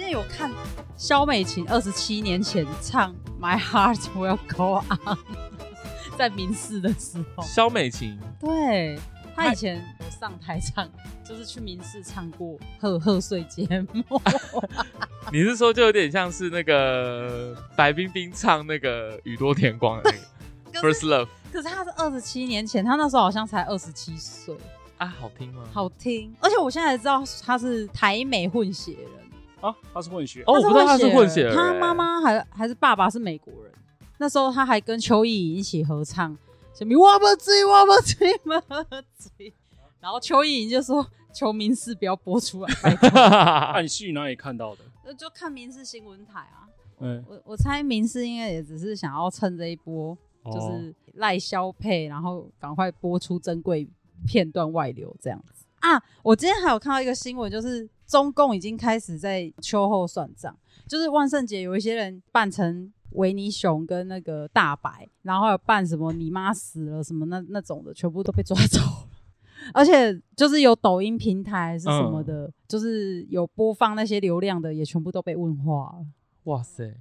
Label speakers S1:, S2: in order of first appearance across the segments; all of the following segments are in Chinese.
S1: 哎看肖美琴二十七年前唱《My Heart Will Go On》在民视的时候，
S2: 肖美琴，
S1: 对她以前有上台唱，就是去民视唱过贺贺岁节目，
S2: 你是说就有点像是那个白冰冰唱那个宇多田光的那 个
S1: 可
S2: 《First
S1: 是
S2: Love》
S1: 可是她是二十七年前，她那时候好像才二十七岁，
S2: 啊？好听吗？
S1: 好听，而且我现在才知道她是台美混血人。
S3: 啊，他是混血
S2: 哦，我不知道他是混血儿，
S1: 他
S2: 欸
S1: 妈 妈还还是爸爸是美国人，那时候他还跟邱意莹一起合唱什么“我不醉，我不醉， 我不醉”，然后邱意莹就说：“求民视不要播出来，拜托
S2: 啊
S3: 暗序哪里看到的？
S1: 那 就看民视新闻台啊。
S3: 嗯，
S1: 我”我猜民视应该也只是想要趁这一波，就
S2: 哦
S1: 是赖萧配，然后赶快播出珍贵片段外流这样子啊！我今天还有看到一个新闻，就是中共已经开始在秋后算账，就是万圣节有一些人扮成维尼熊跟那个大白，然后还有扮什么你妈死了什么那那种的，全部都被抓走了。 而且就是有抖音平台还是什
S2: 嗯
S1: 么的，就是有播放那些流量的，也全部都被问话了，
S2: 哇塞，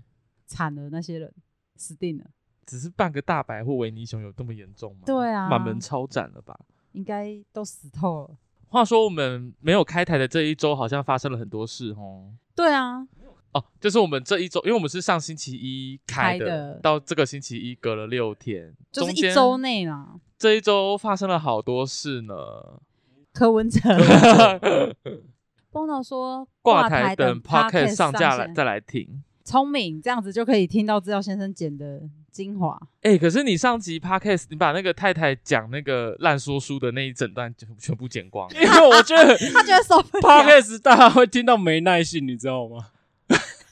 S1: 惨了那些人死定了。
S2: 只是半个大白或维尼熊有这么严重吗？
S1: 对啊
S2: 满门抄斩了吧？
S1: 应该都死透了。
S2: 话说我们没有开台的这一周，好像发生了很多事哦。
S1: 对啊，
S2: 哦，就是我们这一周，因为我们是上星期一开的，
S1: 开的
S2: 到这个星期一隔了六天，
S1: 就是
S2: 中间
S1: 一周内啦。
S2: 这一周发生了好多事呢。
S1: 柯文哲， 崩到说
S2: 挂台等 p o c a
S1: podcast
S2: s t 上架来
S1: 线
S2: 再来听。
S1: 聪明，这样子就可以听到资料先生剪的精 华。
S2: 哎、可是你上集 podcast，你把那个太太讲那个烂说书的那一整段全全部剪 光了，
S3: 因为我觉得
S1: 他觉得受不了，
S3: podcast 大家会听到没耐性，你知道吗？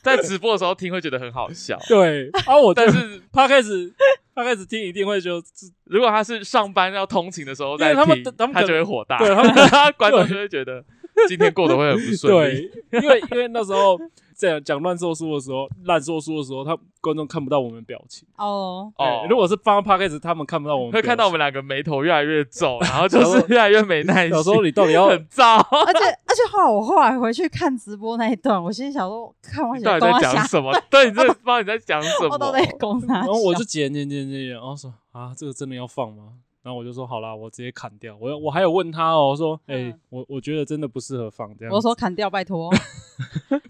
S2: 在直播的时候听会觉得很好笑，
S3: 对啊，我
S2: 但
S3: 但是
S2: 是
S3: podcast podcast 听一定会就
S2: 如果他是上班要通勤的时候在
S3: 因为他们
S2: 听，
S3: 他们
S2: 他
S3: 可
S2: 就会火大，
S3: 对他 们
S2: 观众就会觉得今天过得会很不顺利。
S3: 对， 因为因为那时候在讲乱说书的时候，烂说书的时候，他观众看不到我们表情。
S1: 哦，
S2: 哦
S3: 对，哎如果是放 podcast，他们看不到我们，
S2: 会看到我们。两个眉头越来越 皱，然后就是越来越没耐心。
S3: 有时候你到底要
S2: 很糟，
S1: 而且而且后来我后来回去看直播那一段，我心里想说，看我
S2: 你
S1: 写
S2: 到底在讲什么？对，你这不知道你在讲什
S1: 我
S2: 么
S1: 都在攻他
S3: 然
S1: 小，
S3: 后我就剪剪剪剪，剪，然后说啊，这个真的要放吗？然后我就说好啦，我直接砍掉。我我还有问他哦，我说哎、
S1: 嗯
S3: 我我觉得真的不适合放这样。
S1: 我，说砍掉，拜 托，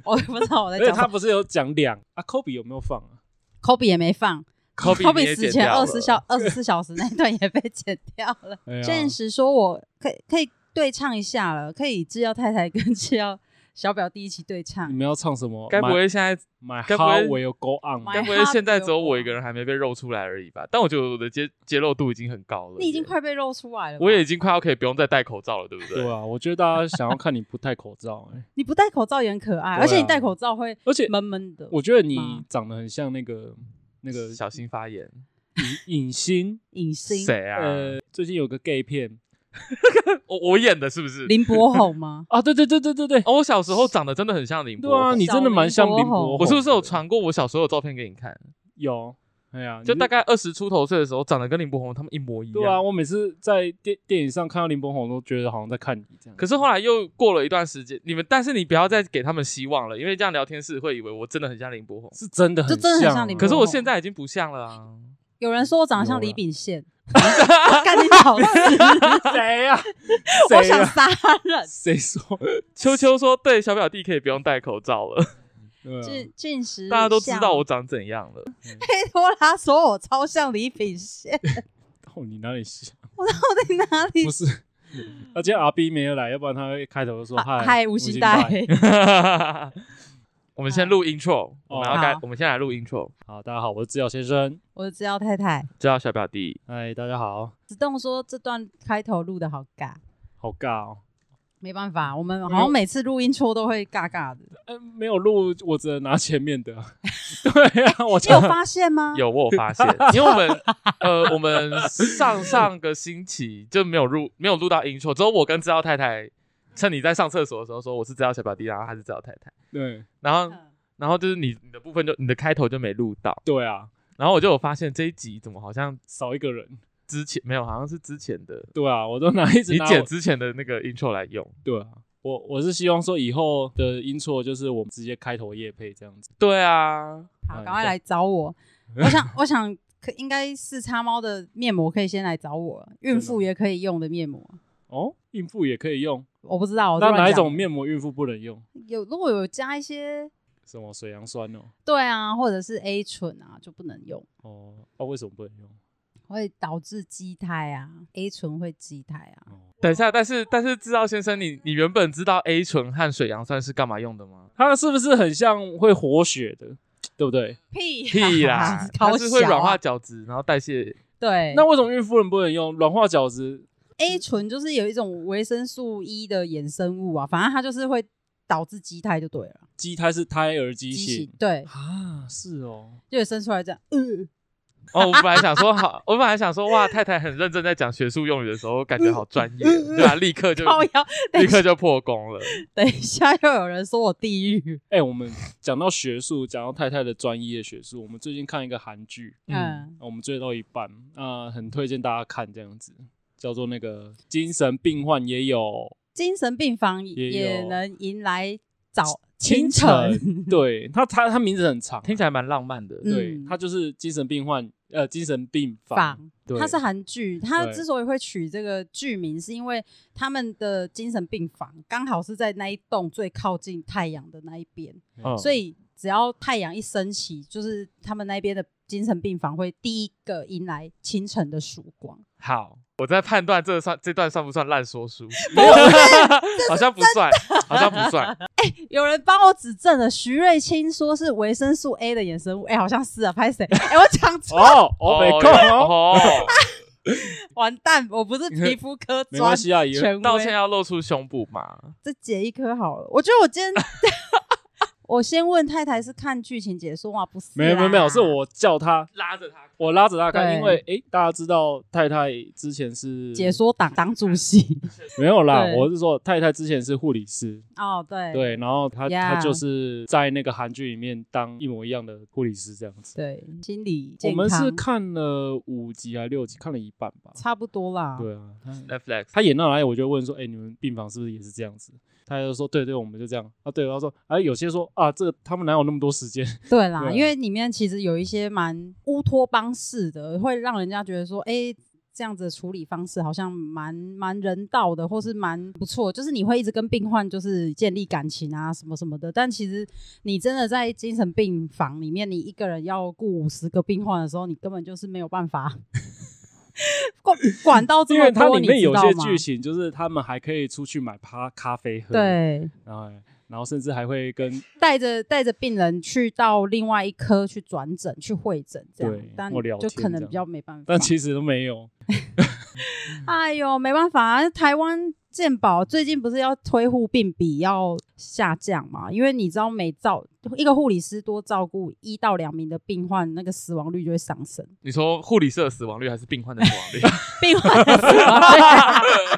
S1: 我也不知道我在讲
S3: 而且
S1: 什么。
S3: 他不是有讲两啊科比有没有放啊？
S1: 科比也没放，
S2: 科比
S1: 科
S2: 你
S1: 比
S2: 也
S1: 死
S2: 剪
S1: 前
S2: 掉
S1: 二
S2: 了
S1: 十小二十四小 时那一段也被剪掉了。
S3: 哎
S2: 啊
S3: 呀
S1: 现实说我可以可以对唱一下了，可以制药太太跟制药小表弟一起对唱
S3: 你。
S2: 嗯
S3: 们要唱什么？
S2: 该不会现在
S3: 买
S2: 该不会
S3: How Will Go On？
S1: My
S2: 该不会现在只有我一个人还没被露出来而已吧？但我觉得我的揭揭露度已经很高了。
S1: 你已经，快被露出来了吧，
S2: 我也已经快要可以不用再戴口罩了，对不对？
S3: 对啊，我觉得大家想要看你不戴口罩、哎，
S1: 你不戴口罩也很可爱，
S3: 对啊
S1: 而且你戴口罩会
S3: 而且
S1: 闷闷的。
S3: 我觉得你
S1: 嗯
S3: 长得很像那个那个
S2: 小心发言。
S3: 影影星，
S1: 影星
S2: 谁啊？
S3: 呃，最近有个 gay 片？
S2: 我我演的是不是？
S1: 林柏宏吗
S3: 啊，对对对对对对，
S2: 哦，我小时候长得真的很像林
S3: 对
S2: 柏
S3: 啊，
S2: 宏。
S3: 你真的蛮像林柏宏的，
S2: 我是不是有传过我小时候的照片给你看？
S3: 有？哎呀，
S2: 就
S3: 你
S2: 大概二十出头岁的时候，长得跟林柏宏他们一模一
S3: 对啊，
S2: 样。
S3: 我每次在电电影上看到林柏宏，都觉得好像在看你这样。
S2: 可是后来又过了一段时间，你们但是你不要再给他们希望了，因为这样聊天室会以为我真的很像林柏宏。
S3: 是真的很
S1: 就真的很像林
S2: 可
S1: 柏
S2: 是
S1: 宏
S3: 哦
S2: 我现在已经不像了 啊！
S1: 有人说我长得像
S3: 有啊
S1: 李秉宪， 干你老师，
S2: 啊
S3: 是谁呀？
S1: 我
S3: 谁
S1: 想
S3: 呀？
S1: 杀人。
S3: 谁说？
S2: 秋秋说：“对，小表弟可以不用戴口罩了，
S3: 对啊
S1: 进进食，
S2: 大家都知道我长怎样了。
S1: 佩托拉说我超像李秉宪，
S3: 哦，你哪里像？
S1: 到底哪里
S3: 不？ 是。而且 R B 没有来，要不然他会开头就说
S1: 啊
S3: 嗨
S1: 嗨，
S3: 吴
S1: 吴
S3: 昕
S1: 昕
S3: 带
S1: 带。”
S2: 我们先录 intro，我们要
S1: 好
S2: 开，我们先来录 intro，
S3: 好，大家好，我是志尧先生。
S1: 我知道太太。
S2: 叫小表弟。
S3: 嗨，大家好，
S1: 子栋说这段开头录的好尬，
S3: 好尬哦。
S1: 没办法，我们好像每次录音错都会尬尬 的。
S3: 呃，没有录，我只能拿前面的。 对啊，我
S1: 你有发现吗？
S2: 有我有发现，因为我们呃，我们上上个星期就没有录，没有录到 intro，只有我跟知道太太趁你在上厕所的时候说我是知道小表弟，然后他是知道太太，
S3: 对
S2: 然后
S1: 嗯。
S2: 然后就是你你的部分就你的开头就没录到，
S3: 对啊，
S2: 然后我就有发现这一集怎么好像
S3: 少一个人。
S2: 之前没有，好像是之前的，
S3: 对啊，我都拿一直
S2: 你
S3: 拿我
S2: 剪之前的那个 intro 来用。
S3: 对啊，我我是希望说以后的音错就是我们直接开头夜配这样子，
S2: 对啊，
S1: 好，
S3: 嗯
S1: 赶快来找我。我想，我想可应该四叉猫的面膜可以先来找我了，孕妇也可以用的面膜。
S3: 哦，孕妇也可以用。
S1: 我不知道，我
S3: 那
S1: 哦乱讲
S3: 哪一种面膜孕妇不能用？
S1: 有？如果有加一些，
S3: 什么水杨酸哦？
S1: 对啊，或者是 A 醇啊，就不能用，
S3: 哦，啊，为什么不能用？
S1: 会导致畸胎啊。A 醇会畸胎啊，
S3: 哦，
S2: 等一下，但是但是制造先生，你你原本知道 A 醇和水杨酸是干嘛用的 吗？
S3: 它是不是很像会活血的，对不对？
S1: 屁，
S2: 屁啦 它
S1: 好
S2: 是会
S1: 小啊
S2: 软化角质，然后代谢。
S1: 对，
S3: 那为什么孕妇人不能用软化角质？
S1: A 醇就是有一种维生素 E 的衍生物啊，反正它就是会导致畸胎就对了，
S3: 畸胎是胎儿畸
S1: 畸
S3: 形
S1: 形对，
S3: 啊，是哦，
S1: 就会生出来这样，嗯，
S2: 哦，我本来想说 好，我本来想说哇，太太很认真在讲学术用语的时候，感觉好专 业，对啊，立刻就
S1: 靠腰，等
S2: 立
S1: 一下
S2: 刻就破功了。
S1: 等一下又有人说我地狱，
S3: 哎、我们讲到学术， 讲到太太的专业学术，我们最近看一个韩剧，
S1: 嗯，
S3: 我们追到一半，啊、很推荐大家看这样子，叫做那个精神病患也有
S1: 精神病房
S3: 也
S1: 也
S3: 有
S1: 能迎来早
S3: 清
S1: 晨，
S3: 晨对他，他他名字很长啊、
S2: 听起来蛮浪漫的。
S1: 嗯
S3: 对他就是精神病患，呃，精神病房，
S1: 房，
S3: 对，
S1: 它是韩剧，它
S3: 对
S1: 之所以会取这个剧名，是因为他们的精神病房刚好是在那一栋最靠近太阳的那一边，
S2: 嗯
S1: 所以只要太阳一升起，就是他们那边的精神病房会第一个迎来清晨的曙光。
S2: 好，我在判断这算这段算不算烂 说书，好像不算，好像不算。
S1: 有人帮我指正了，徐瑞清说是维生素 A 的衍生物，哎、好像是啊，拍谁？哎、我讲错，
S3: 哦，我没空哦，
S2: 哦，
S1: 完蛋，我不是皮肤科
S3: 没
S1: 专
S3: 关系啊，以后
S1: 权威，
S2: 道歉要露出胸部嘛？
S1: 这解一颗好了。我觉得我今 天，我先问太太是看剧情解说吗？不是啦，
S3: 没有没有没有，是我叫他，
S2: 拉着他，
S3: 我拉着他看，
S1: 啊对
S3: 因为哎、诶大家知道太太之前是
S1: 解说党党主 席。
S3: 没有啦，
S1: 对
S3: 我是说太太之前是护理师，
S1: 哦，对
S3: 对，然后她
S1: Yeah
S3: 她就是在那个韩剧里面当一模一样的护理师这样子。
S1: 对心理
S3: 我
S1: 健
S3: 们是
S1: 康
S3: 看了五集还六集，看了一半吧。
S1: 差不多啦。
S3: 对啊，她
S2: Netflix，
S3: 她演到哪里，我就问说：“哎、你们病房是不是也是这样子？”她就说：“对对，我们就这样啊。”对，然后说：“哎、有些说啊，这个他们哪有那么多时间？
S1: 对啦，
S3: 对
S1: 因为里面其实有一些蛮乌托邦式的，会让人家觉得说，哎、这样子的处理方式好像蛮蛮人道的，或是蛮不错。就是你会一直跟病患就是建立感情啊，什么什么的。但其实你真的在精神病房里面，你一个人要顾五十个病患的时候，你根本就是没有办法 管管到 这
S3: 因
S1: 么
S3: 为它
S1: 多，
S3: 里
S1: 你
S3: 面
S1: 知
S3: 有
S1: 道
S3: 些
S1: 吗？
S3: 剧情就是他们还可以出去买咖咖啡喝，，
S1: 对，
S3: 然后然后甚至还会跟
S1: 带着带着病人去到另外一科去转诊、去会诊这样
S3: 对，
S1: 但
S3: 或聊
S1: 就可
S3: 天这
S1: 能
S3: 样
S1: 比较没办法。
S3: 但其实都没有。
S1: 哎呦，没办法啊，台湾健保最近不是要推护病比要下降嘛？因为你知道每照一个护理师多照顾一到两名的病患，那个死亡率就会上升。
S2: 你说护理社的死亡率还是病患的死亡率？
S1: 病患的死亡率，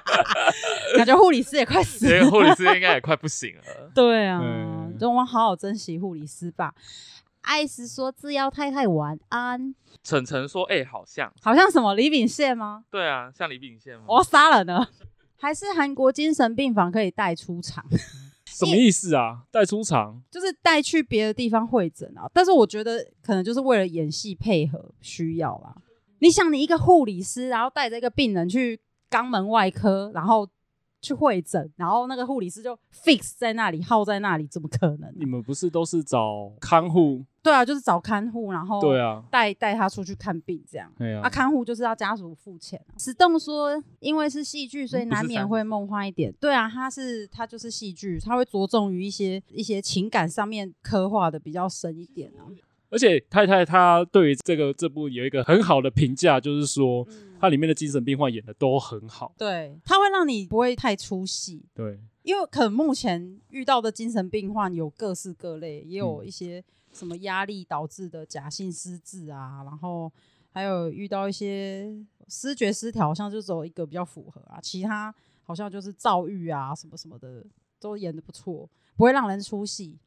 S1: 感觉护理师也快死
S2: 因
S1: 了
S2: 为。护理师应该也快不行了。
S1: 对啊
S3: 嗯，
S1: 就我们好好珍惜护理师吧。艾斯说：“制药太太晚安。
S2: 晨晨说：“哎、好像”
S1: 好像什么李秉宪吗？
S2: 对啊，像李秉宪吗？
S3: 哦
S1: 我要杀了呢？还是韩国精神病房可以带出场，
S3: 什么意思啊？带出场
S1: 就是带去别的地方会诊啊？但是我觉得可能就是为了演戏配合需要啦。你想，你一个护理师，然后带着一个病人去肛门外科，然后去会诊，然后那个护理师就 fix 在那里，耗在那里，怎么可能
S3: 你
S1: 啊、
S3: 们不是都是找看护？
S1: 对啊，就是找看护，然后
S3: 对啊，
S1: 带带他出去看病这样。
S3: 哎呀、
S1: 啊，看护就是要家属付钱、啊。石栋说，因为是戏剧，所以
S2: 嗯不是
S1: 难免
S2: 30
S1: 会梦幻一点。对啊，他是他就是戏剧，他会着重于一些一些情感上面刻画的比较深一点啊。
S3: 而且太太她对于这个这部有一个很好的评价，就是说
S1: 嗯
S3: 它里面的精神病患演的都很好。
S1: 对，他会让你不会太出戏，
S3: 对，
S1: 因为可能目前遇到的精神病患有各式各类，也
S3: 嗯
S1: 有一些什么压力导致的假性失智啊，然后还有遇到一些失觉失调，好像就只有一个比较符合啊，其他好像就是躁郁啊什么什么的都演的不错，不会让人出戏。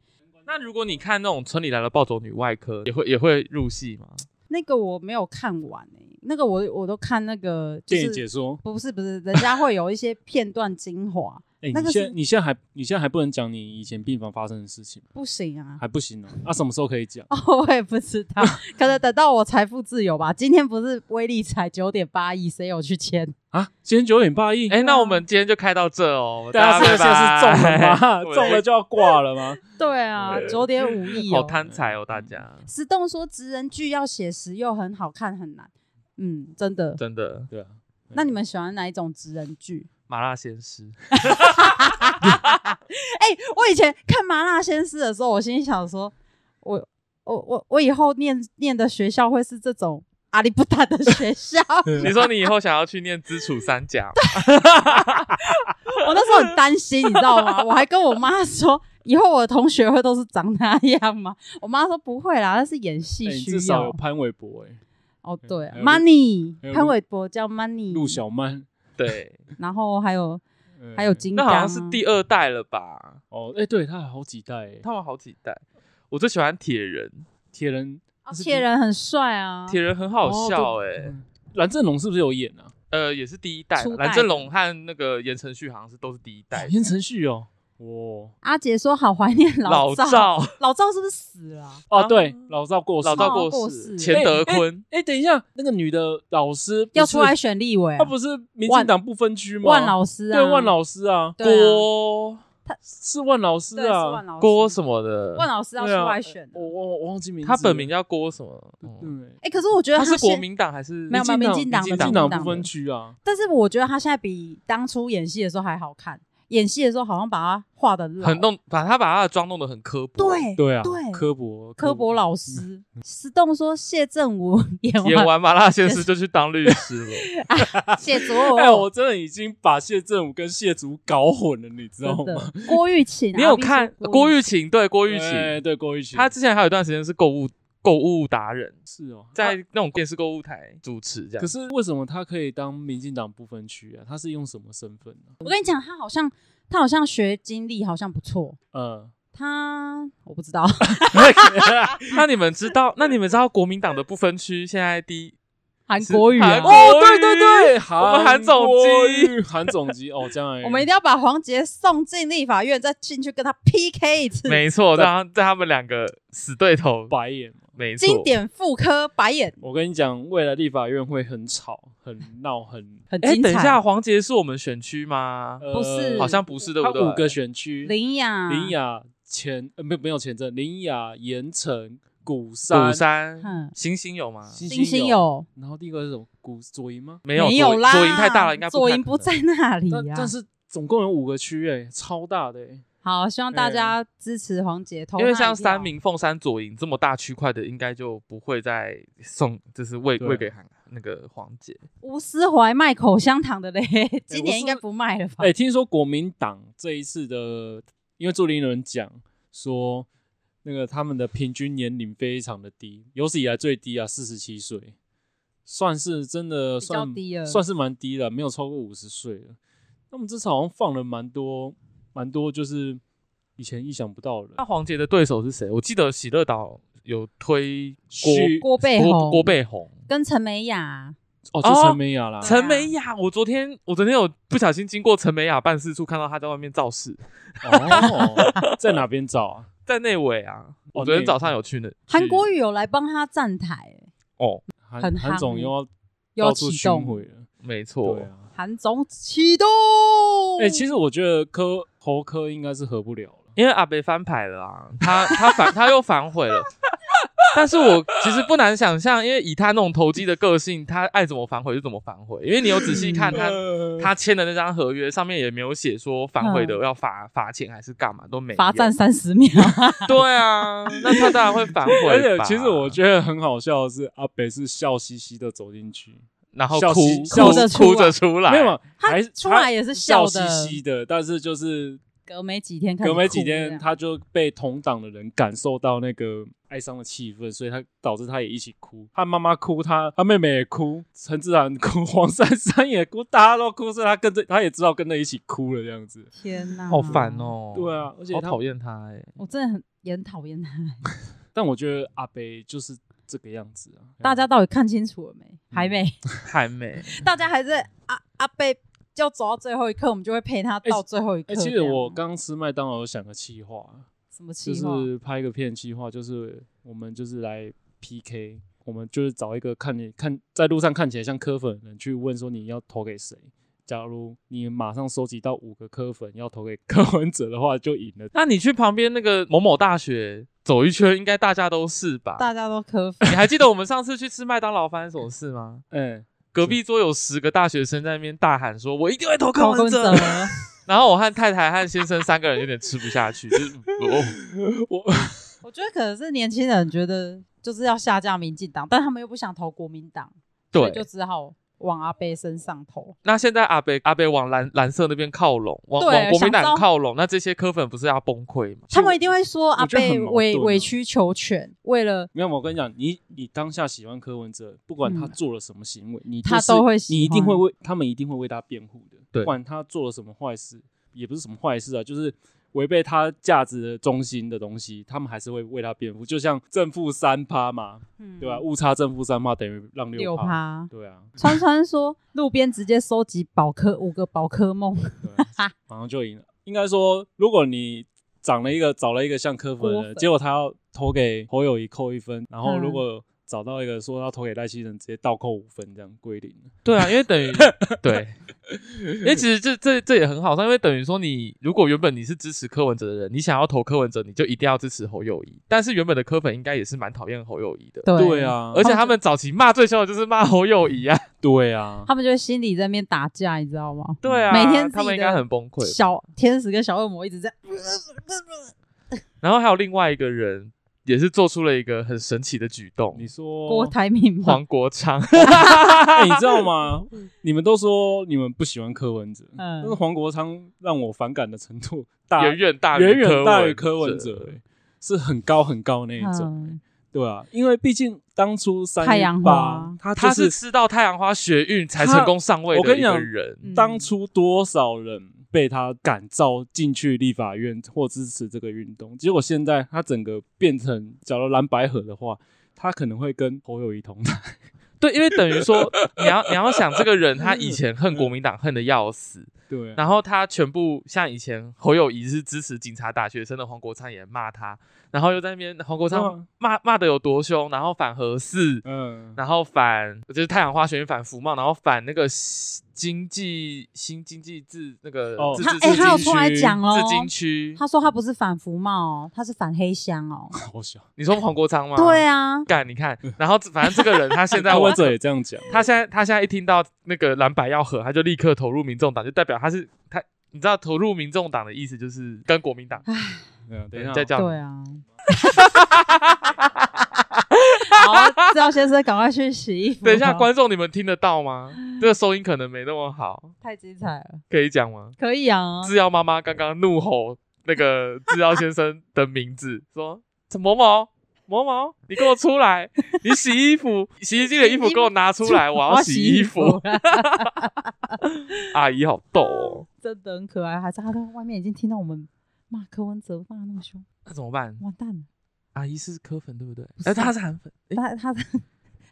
S2: 那如果你看那种村里来的暴走女外科，也会也会入戏吗？
S1: 那个我没有看完诶、那个我我都看那个就
S3: 电影解
S1: 是
S3: 说，
S1: 不是不是，人家会有一些片段精华，
S3: 哎、哎、
S1: 那
S3: 你
S1: 个
S3: 现
S1: 是
S3: 在你现在还你现在还不能讲你以前病房发生的事情吗，
S1: 不行啊。
S3: 还不行哦、啊，什么时候可以讲？
S1: 哦， 我也不知道，可能等到我财富自由吧。今天不是威力才九点八亿，谁有去签？
S3: 啊，今天九点八亿，
S2: 哎、那我们今天就开到这哦，
S3: 大家
S2: 拜
S3: 啊这个现在是中了 吗？
S2: 拜我
S3: 中了就要挂了吗？
S1: 对啊，九点五亿
S2: 好
S1: 哦。
S2: 贪财哦，大家
S1: 石栋说，职人剧要写实又很好看，很难。嗯，真的。
S2: 真的
S3: 对啊，
S1: 那你们喜欢哪一种职人剧？
S2: 麻辣鲜师，
S1: 哎、我以前看《麻辣鲜师》的时候，我心里想说，我我我我以后念念的学校会是这种阿里不达的学校。
S3: 啊
S2: 你说你以后想要去念知楚三甲吗，
S1: 我那时候很担心，你知道吗？我还跟我妈说，以后我的同学会都是长那样吗？ 我妈说不会啦，那是演戏
S3: 哎你
S1: 需
S3: 至少
S1: 要
S3: 有。潘玮柏哎、
S1: 哦，对啊
S3: 还有陆
S1: ，Money，
S3: 还有陆
S1: 潘玮柏叫 Money，
S3: 陆小曼，
S2: 对，
S1: 然后还有
S3: 呃
S1: 还有金
S2: 那
S1: 刚
S2: 好
S1: 啊，
S2: 像是第二代了吧？
S3: 哦，哎、对他有好几代哎、
S2: 他们好几代，我最喜欢铁人，
S3: 铁人
S1: 哦铁人很帅啊，
S2: 铁人很好笑
S3: 哦
S2: 哎、
S3: 对嗯蓝正龙是不是有演啊？
S2: 呃，也是第一代
S1: 初，代
S2: 蓝正龙和那个言承旭好像是都是第一代。
S3: 言承旭哦，哇
S1: 阿杰说好怀念
S2: 老
S1: 赵，
S2: 赵，
S1: 老赵是不是死了啊？
S3: 哦、
S2: 啊
S3: 对，老赵过世，
S2: 老赵
S1: 哦
S2: 过
S1: 过
S2: 世，
S1: 世
S2: 钱德坤，
S3: 哎、等一下，那个女的老师不
S1: 要
S3: 是
S1: 出来，选立委啊
S3: 她，不是民进党不分区吗？
S1: 万老师啊，
S3: 对万老师啊，
S1: 对啊
S2: 郭
S3: 是万老师
S1: 对是
S3: 啊
S1: 万，老师
S2: 郭什么的，
S1: 万老师要出
S3: 对啊
S1: 来选的
S3: 我。我我忘记名字
S2: 他
S3: 了，
S2: 本名叫郭什么？嗯
S3: 对，
S1: 哎，可是我觉得
S2: 他是国
S1: 现
S2: 民党还是
S1: 没有没有民进党
S3: 民进
S1: 民进
S3: 党
S1: 党
S3: 不分区啊，
S1: 但是我觉得他现在比当初演戏的时候还好看。演戏的时候好像把他画的
S2: 很弄，把他把他的妆弄得很刻薄。
S1: 对
S3: 对啊，
S1: 对
S3: 科博
S1: 科博老师。石栋说谢振武 演
S2: 演
S1: 完
S2: 完麻辣鲜师就去当律师 了。
S1: 谢卓
S3: 哎，
S1: 文，
S3: 我真的已经把谢振武跟谢祖搞混了，你知道
S1: 真
S3: 吗？
S1: 的郭玉琴，
S2: 你
S1: 阿
S2: 有
S1: 碧
S2: 看
S1: 说
S2: 郭玉琴？对， 郭
S3: 郭
S2: 玉琴，
S3: 对哎对郭玉琴，
S2: 他之前还有一段时间是购物购物达人，
S3: 是哦，
S2: 在
S1: 啊
S2: 那种电视购物台主持这
S3: 可
S2: 样。
S3: 是为什么他可以当民进党不分区啊？他是用什么身份呢？
S1: 我跟你讲，他好像他好像学经历好像不错。
S3: 嗯，
S1: 他我不知道，
S2: 那你们知道？那你们知道国民党的不分区现在第一
S1: 韩
S2: 是
S1: 国语啊
S2: 韩。国
S3: 哦，对对对，
S2: 我们韩总
S3: 国
S2: 机
S3: 瑜，韩总机哦，这样而已
S1: 我们一定要把黄杰送进立法院，再进去跟他 PK 一次。
S2: 没错，让在他们两个死对头，
S3: 白眼。
S2: 没错，
S1: 经典妇科白眼
S3: 我跟你讲，未来立法院会很吵、很闹、很
S1: 很
S2: 哎，
S1: 精彩。
S2: 等一下，黄杰是我们选区吗？
S3: 呃
S1: 不是
S2: 好像不是，对
S3: 它
S2: 不对？
S3: 五个选区，
S1: 林雅，
S3: 林雅前呃没有没有前镇，林雅、盐城、鼓山、
S2: 鼓山、
S1: 嗯，
S2: 星星有吗？
S3: 星
S1: 星星，有
S3: 然后第一个是什么？鼓左营吗？
S2: 没有，
S1: 没
S2: 左
S1: 有啦，
S2: 左营太大了，应该
S1: 左
S2: 太
S1: 营
S2: 可
S1: 不
S2: 能
S1: 在那里
S3: 但
S1: 啊。
S3: 但是总共有五个区哎，超大的哎。
S1: 好，希望大家支持黄杰，投
S2: 因为
S1: 他一
S2: 像
S1: 票
S2: 三明、凤山、左营这么大区块的，应该就不会再送，就是喂
S3: 对
S2: 喂给韩那个黄姐。
S1: 吴思怀卖口香糖的嘞， 今
S3: 我
S1: 年
S3: 是
S1: 应该不卖了吧？
S3: 哎，听说国民党这一次的，因为朱立伦讲说，那个他们的平均年龄非常的低，有史以来最低啊，四十七岁，算是真的
S1: 比较
S3: 算
S1: 低了
S3: 算是蛮低了，没有超过五十岁了。那么这次好像放了蛮多蛮多，就是以前意想不到的人
S2: 那
S1: 哦
S2: 黄杰的对手是谁？我记得喜乐岛有推
S3: 许
S1: 郭贝
S2: 郭
S1: 宏
S2: 郭贝红、
S1: 跟陈美雅，
S3: 哦，就陈美雅啦，
S1: 对啊
S2: 陈美雅。我昨天我昨天有不小心经过陈美雅办事处，看到她在外面造势，
S3: 哦，在哪边找啊？
S2: 在内围啊。我
S3: 哦
S2: 昨天
S3: 内
S2: 早上有去那
S1: 韩国
S2: 语
S1: 语有来帮他站台，
S2: 哦，
S3: 韩
S1: 很夯
S3: 韩总又要
S1: 有
S3: 到处
S1: 启
S3: 巡
S1: 动哦
S3: 回，了，
S2: 没
S3: 对
S2: 错，
S3: 啊。
S1: 韩总启动。
S3: 哎、其实我觉得科侯科应该是合不了了。
S2: 因为阿北翻牌了啊，他他反他又反悔了。 但是我其实不难想象，因为以他那种投机的个性，他爱怎么反悔就怎么反悔。因为你有仔细看
S3: 嗯
S2: 他他签的那张合约，上面也没有写说反悔的要罚罚钱还是干嘛都没有。
S1: 嗯罚站三十秒，
S2: 对 啊，那他当然会反悔吧。
S3: 而且其实我觉得很好笑的是，阿北是笑嘻嘻的走进去，
S2: 然后
S3: 笑
S2: 哭
S3: 嘻
S2: 哭
S1: 笑着出
S2: 哭
S1: 来
S2: 着出来，
S3: 没有，啊
S1: 他
S3: 还是
S1: 出来
S3: 他
S1: 也是
S3: 笑
S1: 笑的
S3: 嘻嘻的，但是就是
S1: 隔没几天，
S3: 隔没几天，他就被同党的人感受到那个哀伤的气氛，所以他导致他也一起哭，他妈妈哭，他他妹妹也哭，陈志涵哭， 黄珊珊也哭，大家都哭，所以他跟着他也知道跟着一起哭了这样子。
S1: 天哪，
S2: 好烦。哦。
S3: 对啊，而且
S2: 好
S3: 他
S2: 讨厌他哎。
S1: 我真的很也很讨厌他，
S3: 但我觉得阿北就是这个样子啊，
S2: 嗯
S1: 大家到底看清楚了没？还没，啊
S2: 还没，
S1: 大家还在阿阿贝要走到最后一刻，我们就会陪他到最后一刻
S3: 哎、
S1: 这样。
S3: 其实我刚吃麦当劳，有想个啊气话，
S1: 什么
S3: 就
S1: 计划？
S3: 是拍一个片计划，就是我们就是来 PK，我们就是找一个看你看在路上看起来像科粉的人去问说你要投给谁。假如你马上收集到五个科粉要投给柯文哲的话，就赢了。
S2: 那你去旁边那个某某大学走一圈，应该大家都是吧？
S1: 大家都科粉，
S2: 你还记得我们上次去吃麦当劳发生什么事 吗？
S3: 嗯，
S2: 隔壁桌有十个大学生在那边大喊说：“我一定会投柯
S1: 高
S2: 文
S1: 跟
S2: 哲”
S1: 哲。
S2: 然后我和太太和先生三个人有点吃不下去， 就是哦，
S3: 我
S1: 我觉得可能是年轻人觉得就是要下架民进党，但他们又不想投国民党，所以就
S2: 对。
S1: 只好往阿贝身上投。
S2: 那现在阿北阿北往蓝蓝色那边靠拢，往
S1: 对
S2: 往国民
S1: 想
S2: 党
S1: 知道
S2: 靠拢，那这些柯粉不是要崩溃吗？
S1: 他们一定会说阿
S3: 我觉得
S1: 贝
S3: 很矛
S1: 委
S3: 盾啊
S1: 委曲求全，为了
S3: 没有，我跟你讲，你你当下喜欢柯文哲，不管他
S1: 嗯
S3: 做了什么行为，你、就是、
S1: 他都会喜欢
S3: 你一定会为他们一定会为他辩护的。
S2: 对
S3: 不管他做了什么坏事，也不是什么坏事啊，就是违背他价值的中心的东西，他们还是会为他辩护。就像正负三趴嘛，
S1: 嗯
S3: 对吧、误差正负三趴等于让
S1: 六
S3: 嗯六趴，
S1: 趴。
S3: 对啊，
S1: 川川说，路边直接收集宝科五个宝科梦，
S3: 对啊，马上就赢了。应该说，如果你长了一个找了一个像科粉的
S1: 郭粉
S3: 人，结果他要投给侯友谊扣一分，然后
S1: 嗯
S3: 如果找到一个说要投给赖清德，直接倒扣五分，这样归零。
S2: 对啊，因为等 于对，因为其实这这这也很好，因为等于说你如果原本你是支持柯文哲的人，你想要投柯文哲，你就一定要支持侯友谊。但是原本的柯粉应该也是蛮讨厌侯友谊的，
S1: 对哦
S3: 对，啊，
S2: 而且他们早期骂最凶的就是骂侯友谊啊，
S3: 对啊，
S1: 他们就会心里在那边打架，你知道吗？
S2: 对啊，
S1: 每天自己的
S2: 他们应该很崩溃。
S1: 小天使跟小恶魔一直在，
S2: 然后还有另外一个人也是做出了一个很神奇的举动
S3: 你，说
S1: 郭台铭嘛，
S2: 黄国昌，
S3: 哎你知道吗？ 你们都说你们不喜欢柯文哲，
S1: 嗯
S3: 但是黄国昌让我反感的程度大
S2: 远远大于
S3: 远远大于
S2: 柯
S3: 柯文哲、哎是很高很高那一种，
S1: 嗯
S3: 对啊，因为毕竟当初三
S1: 太阳
S3: 八
S1: 花，
S3: 他就
S2: 他是
S3: 是
S2: 吃到太阳花学运才成功上位
S3: 我跟
S2: 的一
S3: 你
S2: 个
S3: 讲
S2: 人。
S1: 嗯
S3: 当初多少人被他感召进去立法院或支持这个运动，结果现在他整个变成，假如蓝白合的话，他可能会跟侯友谊同台。
S2: 对，因为等于说你要你要想这个人，他以前恨国民党恨的要死，
S3: 对啊，
S2: 然后他全部像以前侯友谊是支持警察打学生的，黄国昌也骂他，然后又在那边黄国
S3: 对
S2: 昌
S3: 啊
S2: 骂骂的有多凶，然后反核四，
S3: 嗯，
S2: 然后反就是太阳花学运反服贸，然后反那个经济新经济制那个
S3: 哦
S2: 自
S1: 他
S2: 治
S1: 哎、
S2: 自
S1: 他有
S2: 金区
S1: 出来讲哦，
S2: 自金区，
S1: 他说他不是反服贸、哦，他是反黑箱哦。
S3: 好笑。
S2: 你说黄国昌吗？
S1: 对，啊，
S2: 干你看，然后反正这个人他 现在
S3: 柯
S2: 我
S3: 文哲也这样讲，啊
S2: 他现在他现在一听到那个蓝白要和，他就立刻投入民众党，就代表他是他，你知道投入民众党的意思就是跟国民党
S3: 对啊等
S2: 对
S3: 一下
S2: 再
S3: 哦，
S2: 叫
S1: 对 啊。好，赵先生，赶快去洗衣服。哦
S2: 等一下，观众你们听得到 吗？这个收音可能没那么好，
S1: 太精彩了，
S2: 可以讲吗？
S1: 可以啊。
S2: 制药妈妈刚刚怒吼那个制药先生的名 字，说：“怎么某某某，你给我出来！你洗衣服， 洗衣机的衣服给我拿出 来，我要洗衣服。
S1: 我要洗衣”
S2: 阿姨好逗哦，
S1: 真的很可爱。还是他在外面已经听到我们骂柯文哲骂得那么凶，
S2: 那怎么办？
S1: 完蛋了。
S2: 阿姨是柯粉对不对？
S1: 是
S2: 哎，她是韩粉，哎
S1: 他他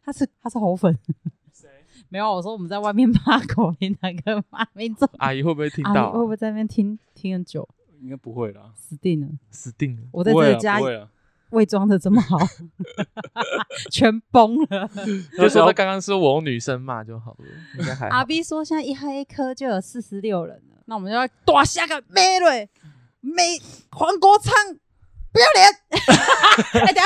S1: 他是他是猴粉， 没有，我说我们在外面骂狗民党跟骂民众，
S2: 阿姨会不会听
S1: 阿姨
S2: 到
S1: 会？不会在那边听听很久？
S3: 应该不会啦。
S1: 死定了！
S2: 死定了。
S1: 我在
S3: 不
S1: 这
S3: 会
S1: 个
S3: 啊
S1: 家
S3: 不 会啊，
S1: 伪装的这么 好，全崩了。
S2: 就
S1: 啊
S2: 说他刚刚是我用女生骂就好了，应该还好
S1: 阿 B 说现在一黑科就有四十六人了，那我们就要打下个美瑞美黄国昌，不要脸！ 哎、等一下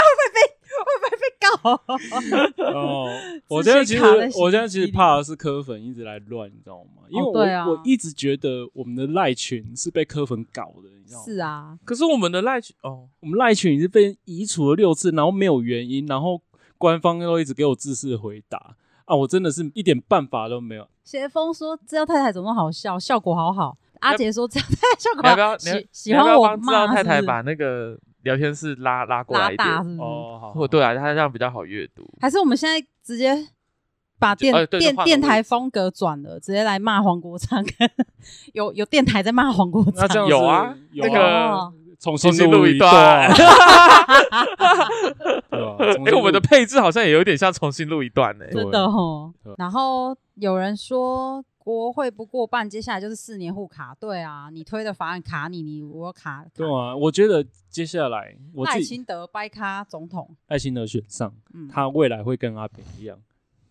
S1: 会不会被会不会被告？
S3: 哦，我
S1: 直
S3: 现
S1: 接
S3: 在其实
S1: 卡在心
S3: 我现在其实
S1: 里
S3: 怕的是柯粉一直来乱，你知道吗？因为
S1: 哦
S3: 我、
S1: 对啊
S3: 我一直觉得我们的赖群是被柯粉搞的，你知道吗？
S1: 是啊，
S2: 可是我们的赖群哦，
S3: 我们赖群已经被移除了六次，然后没有原因，然后官方都一直给我自私的回答啊，我真的是一点办法都没有。
S1: 斜风说知道太太怎么那么好笑，效果好好。阿杰说这样太太效果好
S2: 你要不要？你要
S1: 喜
S2: 你
S1: 喜
S2: 要不
S1: 欢
S2: 要
S1: 我
S2: 帮知道
S1: 骂
S2: 太太
S1: 是不是
S2: 把那个聊天室拉拉过来
S1: 拉
S2: 一
S1: 大
S2: 点
S1: 是？不是？
S3: 哦，好，
S2: 哦，对啊，他这样比较好阅 读。
S1: 还是我们现在直接把电、
S2: 呃对
S1: 电
S2: 就换个
S1: 电台
S2: 位置
S1: 风格转了，直接来骂黄国昌，有有电台在骂黄国
S3: 那
S1: 昌，
S3: 这样子
S2: 有啊
S3: 有啊
S2: 那个
S1: 哦
S3: 重新
S2: 重新录
S3: 一
S2: 一段，
S3: 对
S2: 哎，
S3: 吧？重新录
S2: 我们的哎
S1: 哦
S2: 配置好像也有点像重新录一段呢。
S1: 真的吼
S3: 对。
S1: 然后有人说。国会不过半，接下来就是四年互卡。对啊，你推的法案卡你，你我卡。卡
S3: 对啊，我觉得接下来我
S1: 赖
S3: 自己
S1: 清德掰咖总统，
S3: 爱心的选上，
S1: 嗯，
S3: 他未来会跟阿扁一样，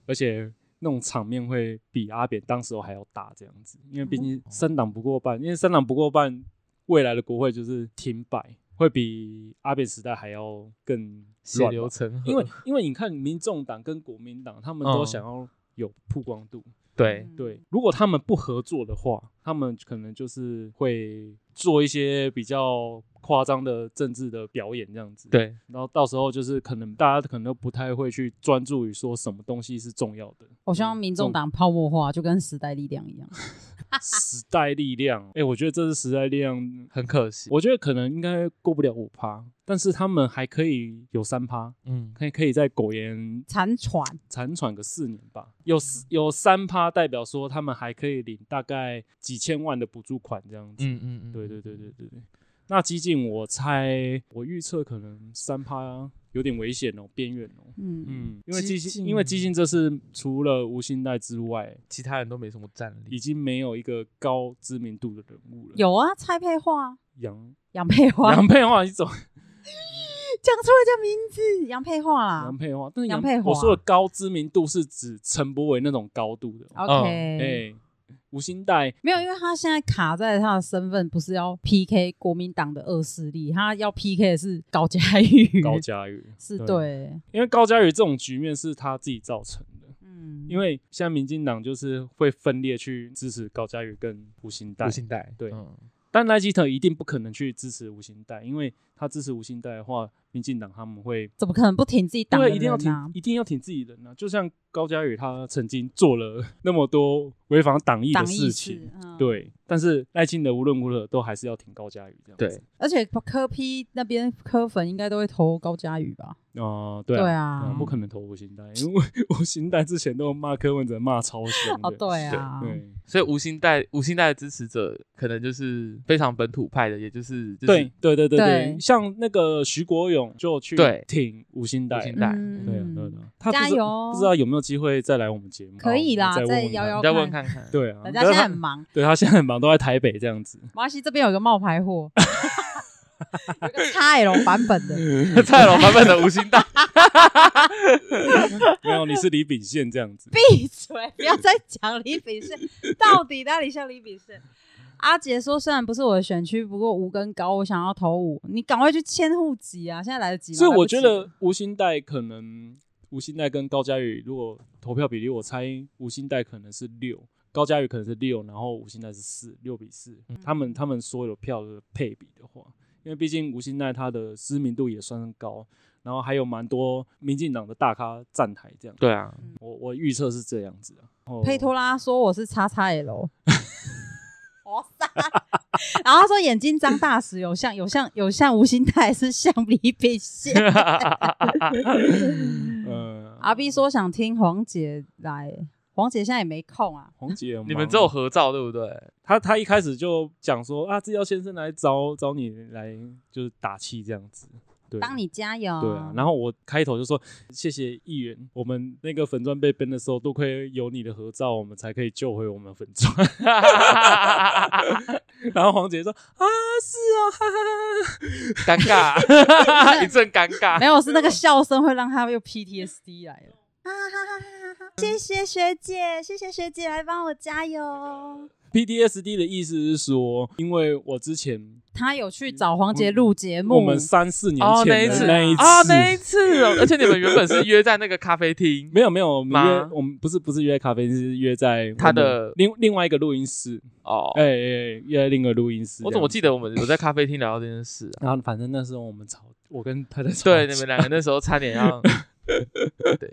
S3: 而且那种场面会比阿扁当时候还要大这样子，因为毕
S2: 哦
S3: 竟三党不过半，因为三党不过半，未来的国会就是停摆，会比阿扁时代还要更
S2: 血
S3: 乱
S2: 流
S3: 吧
S2: 成河，
S3: 因为因为你看民众党跟国民党，他们都
S2: 嗯
S3: 想要有曝光度，
S1: 嗯
S2: 对，
S3: 对，如果他们不合作的话，他们可能就是会做一些比较夸张的政治的表演这样子。，
S2: 对，
S3: 然后到时候就是可能大家可能都不太会去专注于说什么东西是重要的。
S1: 我希望民众党泡沫化，就跟时代力量一样。
S3: 时代力量，哎，我觉得这是时代力量。
S2: 很可惜。
S3: 我觉得可能应该过不了五趴，但是他们还可以有三趴，
S2: 嗯，
S3: 可以可以在苟延
S1: 残喘，
S3: 残喘个四年吧。有四有三趴代表说他们还可以领大概几千万的补助款这样子。
S2: 嗯嗯嗯，
S3: 对对对对对对。那激进，我猜我预测可能三趴有点危险哦，边缘哦。
S1: 嗯嗯，
S3: 嗯，因为
S2: 激
S3: 激
S2: 进
S3: 进，因为激进这次除了无信贷之外，
S2: 其他人都没什么战力
S3: 已。经没有一个高知名度的人物了。
S1: 有啊，蔡佩桦、
S3: 杨
S1: 杨佩桦，
S3: 杨佩桦，你怎么
S1: 讲错人家名字，杨佩桦啦
S3: 杨。佩桦？但是
S1: 啊杨佩桦
S3: 我说的高知名度是指陈柏伟那种高度的哦。哎、
S1: OK，
S3: 无信贷
S1: 没有，因为他现在卡在他的身份不是要 PK 国民党的恶势力，他要 PK 的是高嘉瑜。
S3: 高佳宇
S1: 是，对，
S3: 因为高佳宇这种局面是他自己造成的。
S1: 嗯，
S3: 因为现在民进党就是会分裂去支持高嘉瑜跟吴兴代
S2: 无，信贷，
S3: 对
S2: 嗯
S3: 但赖基特一定不可能去支持吴兴代，因为他支持吴兴代的话，民进党他们会
S1: 怎么可能不挺自己党的
S3: 对
S1: 人
S3: 一定要挺
S1: 啊？
S3: 一定要挺自己人啊，就像高嘉瑜他曾经做了 那么多违反党意
S1: 党
S3: 的
S1: 意
S3: 事
S1: 识
S3: 情，，
S1: 嗯，
S3: 对，但是赖清德无论如何都还是要挺高嘉瑜这样
S2: 对
S3: 子，，
S1: 而且科批那边科粉应该都会投高嘉瑜吧？
S3: 哦、对
S1: 对
S3: 啊。
S1: 啊
S3: 嗯，不可能投吴兴代，因为吴兴代之前都骂柯文哲骂超凶的，
S1: 哦，对啊，
S3: 对
S2: 所以无信贷无信贷的支持者可能就是非常本土派的，也就是就是
S3: 对对对对
S1: 对
S3: 对，像那个徐国勇就去
S2: 对
S3: 挺五星带，
S2: 五星
S3: 对
S2: 代
S3: 啊
S2: 代
S3: 对
S1: 嗯
S3: 啊，他
S1: 加
S3: 不知
S1: 油哦
S3: 不知道有没有机会再来我们节目？
S1: 可以啦
S3: 好我们再
S1: 再邀邀
S2: 你再问看看。
S3: 对啊，
S1: 人家现在很
S3: 但是他
S1: 忙，
S3: 对他现在很忙，都在台北这样子。
S1: 马来西亚这边有个冒牌 货，有个 XL 版本的，
S2: 蔡老版本的无信贷，
S3: 没有，你是李秉宪这样 子，
S1: 闭嘴，不要再讲李炳胜，到底哪里像李炳胜？阿杰说：“虽然不是我的选区，不过五跟高，我想要投五，你赶快去迁户籍啊！现在来得及吗？”
S3: 所以
S1: 来
S3: 我
S1: 不及啊
S3: 觉得吴兴代可能吴兴代跟高嘉宇如果投票比例，我猜吴兴代可能是六。高嘉宇可能是六，然后吴兴代是四，六比四、
S1: 嗯
S3: 他们他们所有票的配比的话，因为毕竟吴兴代他的知名度也算是高，然后还有蛮多民进党的大咖站台这样。
S2: 对啊，
S3: 我我预测是这样子啊。哦
S1: 佩托拉说我是叉叉 L，哇塞！ 然后他说眼睛张大时有像有像有像吴兴泰是像李炳 宪。
S3: 呃，
S1: 阿 B 说想听黄姐来，黄姐现在也没空啊。
S3: 红姐有忙，
S2: 你们只有合照对不 对？
S3: 他他一开始就讲说啊，制药先生来找找你来就是打气这样子，对，
S1: 当你加油。
S3: 对
S2: 哦
S3: 啊。然后我开头就说谢谢议员，我们那个粉砖被编的时候，多亏有你的合照，我们才可以救回我们粉砖。 然后黄姐说啊，是啊，哈哈哈哈。
S2: 尴 尬，一阵尴
S1: 没
S2: 尬。
S1: 有是那个笑声会让他又 PTSD 来了。啊哈哈哈哈！谢谢学姐，谢谢学姐来帮我加油。
S3: PDSD 的意思是说，因为我之前
S1: 他有去找黄姐录节目，
S3: 嗯我们三四年
S2: 哦，那
S3: 前
S2: 一
S3: 的
S2: 次，
S3: 那一次，
S2: 哦，那一次，而且你们原本是约在那个咖啡厅，
S3: 没有没有，我们
S2: 吗
S3: 约我们不是不是约在咖啡，是约在
S2: 他的
S3: 我们另另外一个录音室，
S2: 哦，
S3: 哎、哎，约在另一个录音室。
S2: 我怎么记得我们有在咖啡厅聊到这件事啊？
S3: 这样？然后反正那时候我们吵，我跟太太吵架。
S2: 对，你们两个那时候差点 要，
S3: 对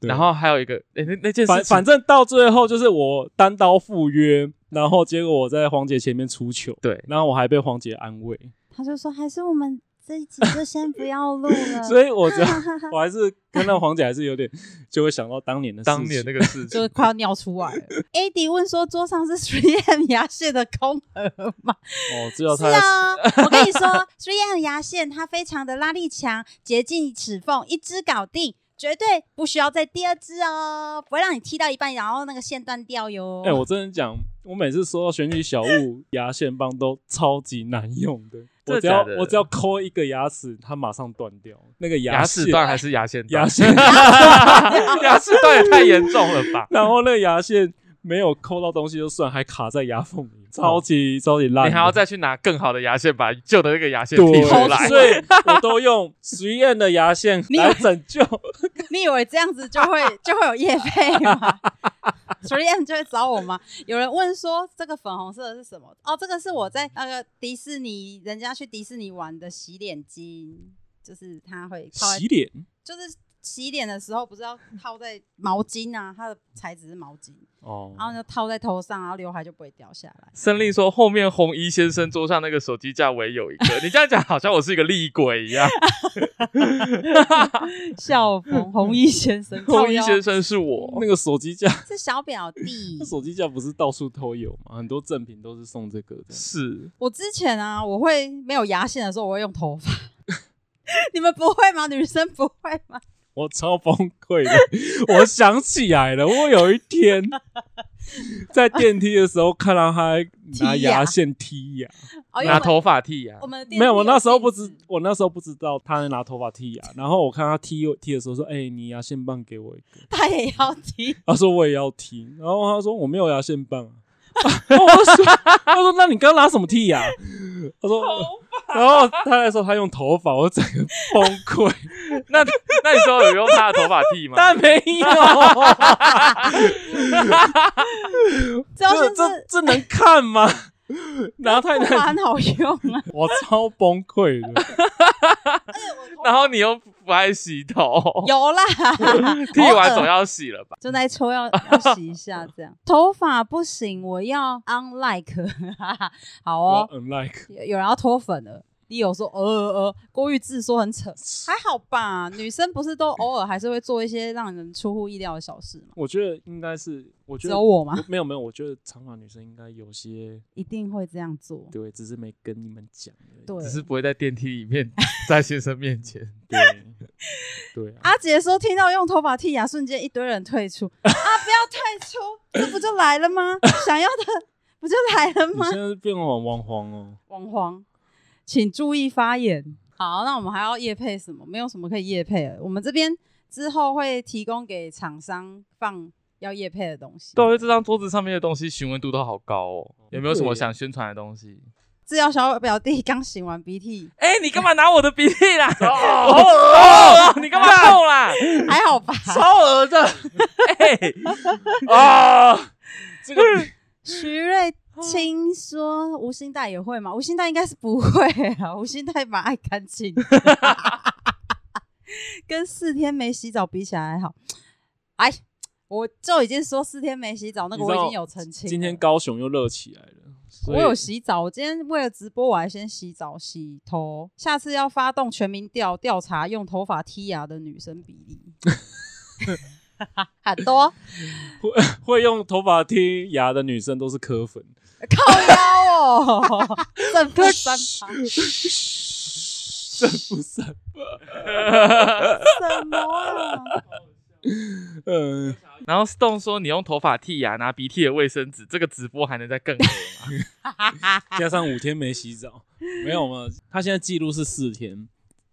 S2: 然后还有一个，哎，那那件事
S3: 反
S2: 情
S3: 反，正到最后就是我单刀赴约，然后结果我在黄姐前面出糗，
S2: 对，
S3: 然后我还被黄姐安慰，
S1: 他就说还是我们这一集就先不要录了
S3: 所以 我只要我还是看到黄姐还是有点就会想到当年的事情
S2: 当年那个事
S1: 就
S2: 情
S1: 是，快要尿出 来了。AD 问说：“桌上是 Three M 牙线的空盒吗
S3: 哦，知？”道
S1: 是
S3: 她在
S1: 啊，我跟你说，Three M 牙线它非常的拉力强，洁净齿缝，一支搞定。
S4: 绝对不需要再第二支哦，不会让你踢到一半，然后那个线断掉哟。
S3: 哎、我真的讲，我每次收到选举小物，牙线棒都超级难用的。
S2: 真
S3: 我
S2: 的
S3: 只要
S2: 假的
S3: 我只要抠一个牙齿，它马上断掉。那个
S2: 牙
S3: 线
S2: 齿断还是牙线断？
S3: 牙线，！
S2: 牙齿断也太严重了 吧
S3: 然后那个牙线没有抠到东西就算，还卡在牙缝里，超级、超级烂的。
S2: 啊你还要再去拿更好的牙线，把旧的那个牙线剔
S3: 对，
S2: 出来。
S3: 所以我都用实验的牙线
S1: 你
S3: 来拯救。
S1: 你以为这样子就会就会有业配吗？ 主力 M 就会找我吗？有人问说这个粉红色的是什么？哦，这个是我在那个迪士尼，人家去迪士尼玩的洗脸巾，就是它会泡在
S3: 洗脸，
S1: 就是洗脸的时候不是要套在毛巾啊，它的材质是毛巾，
S3: 哦
S1: 然后就套在头上，然后刘海就不会掉下 来。
S2: 森林说：“后面红衣先生桌上那个手机架我也有一个。”你这样讲好像我是一个厉鬼 一样。
S1: 笑逢红衣先 生，
S2: 红衣先
S1: 生
S2: 生是我，
S3: 那个手机架，
S1: 是小表弟
S3: 那。手机架不是到处都有吗？很多赠品都是送这个的。
S2: 是
S1: 我之前啊，我会没有牙线的时候，我会用头 发。你们不会吗？女生不会吗？
S3: 我超崩溃的。我想起来了，我有一 天在电梯的时候看到他拿
S1: 踢牙
S3: 牙线踢牙，
S1: 哦，因为
S2: 拿
S1: 我们
S2: 头发剃啊牙
S1: 我。们的电梯
S3: 没有，我那时候不知
S1: 镜子，
S3: 我那时候不知道他能拿头发剃牙。然后我看他踢踢的时候说：“哎、你牙线棒给我一个。
S1: 他也要 踢”，
S3: 他说：“我也要踢。”然后他说：“我没有牙线棒啊。” 然后我说：“他说那你刚刚拿什么剃牙？”他说：“哦然后他来说他用头发，我整个崩 溃。
S2: 那 那你说有用他的头发剃吗？
S3: 但没有，
S1: 只要
S3: 这
S1: 先
S3: 这
S1: 是
S3: 这能看 吗？拿太难，
S1: 蛮好用 啊。
S3: 我超崩溃 的。
S2: 然后你又不爱洗头，
S1: 有 啦，
S2: 剃完总
S1: 要
S2: 要洗了吧？
S1: 就那一撮要要洗一下，这 样头发不行，我要 unlike，好
S3: 我
S1: 哦。
S3: unlike
S1: 有有人要脱粉了。你有说呃呃呃，郭玉志说很扯，还好吧？女生不是都偶尔还是会做一些让人出乎意料的小事吗？
S3: 我觉得应该是，我觉
S1: 只
S3: 得
S1: 有我吗？
S3: 没有没有，我觉得长发女生应该有些
S1: 一定会这样做。
S3: 对，只是没跟你们讲而已。
S1: 对
S2: 只，是不会在电梯里 面，在先生面前。
S3: 对对啊，
S1: 阿杰说听到用头发剃牙，瞬间一堆人退出啊！不要退出，这不就来了吗？ 想要的不就来了
S3: 你
S1: 吗
S3: 现？在是变网网黄哦，
S1: 王黄，请注意发言。好，那我们还要夜配什么？没有什么可以夜配了。我们这边之后会提供给厂商放要夜配的东西。
S2: 对，这张桌子上面的东西询问度都好高哦。有没有什么想宣传的东西？
S1: 制药小表弟刚擤完鼻涕，
S2: 哎、你干嘛拿我的鼻涕 啦？哦，你干嘛动啦？ 哎
S1: 还好 吧？
S3: 超恶的
S2: 啊，
S3: 这个
S1: 徐瑞清说吴兴代也会吗？吴兴代应该是不会 啊，吴兴代蛮爱干净的，跟四天没洗澡比起来还好。哎，我就已经说四天没洗澡那个
S3: 你
S1: 我
S3: 知
S1: 已
S3: 道
S1: 经有澄清了。
S3: 今天高雄又热起来了，所以
S1: 啊我有洗澡，我今天为了直播我还先洗澡洗头，下次要发动全民调调查用头发剔牙的女生比例。 很多
S3: 会用头发剃牙的女生都是磕粉，
S1: 靠腰哦，正负三八。
S3: 这 不算。
S1: 什么啊？
S3: 嗯，
S2: 然后 Stone 说你用头发剃牙拿鼻涕的卫生纸，这个直播还能再更恶吗？
S3: 加上五天没洗澡，没有吗？他现在记录是四天，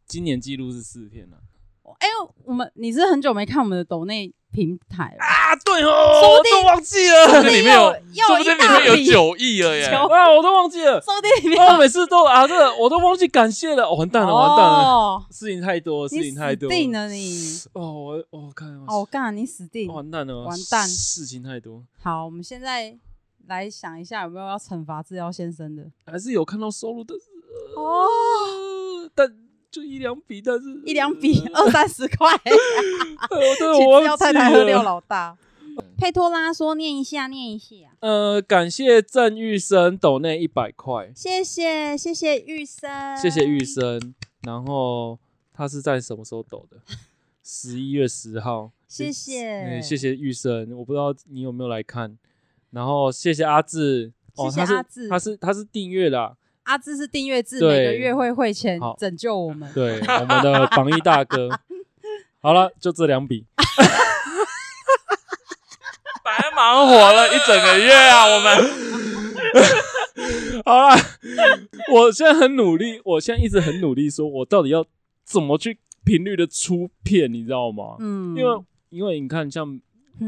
S3: 今年记录是四天了。
S1: 哎、我们你是很久没看我们的抖内平台了，
S3: 啊，对
S1: 说
S3: 哦
S1: 不定我都
S3: 忘记了
S2: 这里面有，
S1: 又
S2: 说不定里面有
S1: 一大笔
S2: 九亿了耶！
S1: 九
S3: 啊，我都忘记了。
S1: 说不定里面
S3: 啊，每次都啊，这个我都忘记感谢了，哦完蛋了，完蛋了，
S1: 哦，
S3: 事情太多，事
S1: 你
S3: 情太
S1: 死
S3: 多，
S1: 定了你！
S3: 哦，我我看看
S1: 哦，干，你死定！
S3: 完蛋了，
S1: 完蛋
S3: 事情太多，
S1: 好，我们现在来想一下有没有要惩罚治疗先生的
S3: 还是有看到收入，但是
S1: 哦，
S3: 呃但就一两笔，但是
S1: 一两笔二三十块，
S3: 呃对，
S1: 请
S3: 我
S1: 治疗
S3: 忘记
S1: 太太喝六
S3: 了。
S1: 老大。佩托拉说：“念一下，念一下，
S3: 呃，感谢郑玉生抖内一百块，
S4: 谢谢谢谢玉生，
S3: 谢谢玉生。然后他是在什么时候抖的？十一月十 号。
S4: 谢
S3: 嗯，
S4: 谢
S3: 谢谢玉生，我不知道你有没有来看，然后谢谢阿志，哦，
S1: 谢谢
S3: 他是
S1: 阿志
S3: 他是他是订阅啦，
S1: 阿志是订阅制，
S3: 对
S1: 每个月会汇钱
S3: 好
S1: 拯救我们。
S3: 对，我们的榜一大哥，好了，就这两笔。
S2: 白忙活了一整个月啊，我们
S3: 好啦，我现在很努力，我现在一直很努力，说我到底要怎么去频率的出片，你知道吗？
S1: 嗯，
S3: 因为因为你看，像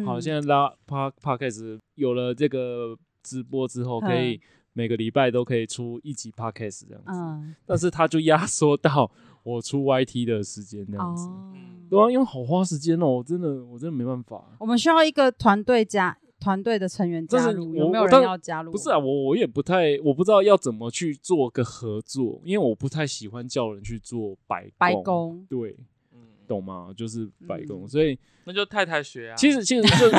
S3: 好，
S1: 嗯
S3: 现在拉 p 帕 d c a s t 有了这个直播之后，
S1: 嗯
S3: 可以每个礼拜都可以出一集 p 克斯 d c a s t 这样子，
S1: 嗯
S3: 但是它就压缩到我出 YT 的时间这样子。
S1: 哦，
S3: 对啊，因为好花时间哦，我真的我真的没办法。
S1: 我们需要一个团队加团队的成员
S3: 但
S1: 加
S3: 是
S1: 入，
S3: 我
S1: 有没有
S3: 我当
S1: 人要加入？
S3: 不是啊，，我我也不太，我不知道要怎么去做个合作，因为我不太喜欢叫人去做白
S1: 白宫
S3: 对，
S2: 嗯，
S3: 懂吗？就是白工，
S1: 嗯
S3: 所以
S2: 那就太太学啊。
S3: 其实其实这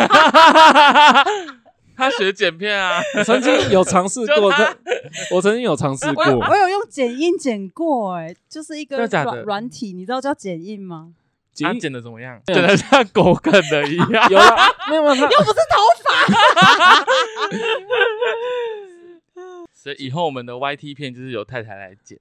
S2: 他学剪片啊，
S3: 曾经有尝试
S2: 就
S3: 过，
S2: 他
S3: 但 我曾经有尝试过，
S1: 我有用剪映剪过，哎，就是一
S2: 真
S1: 个
S2: 的假的
S1: 软软体，你知道叫剪映吗？
S3: 剪
S2: 他剪的怎么样？剪的像狗啃的一样。
S3: 有啦，没有没有他
S2: 所以以后我们的 YT 片就是由太太来 剪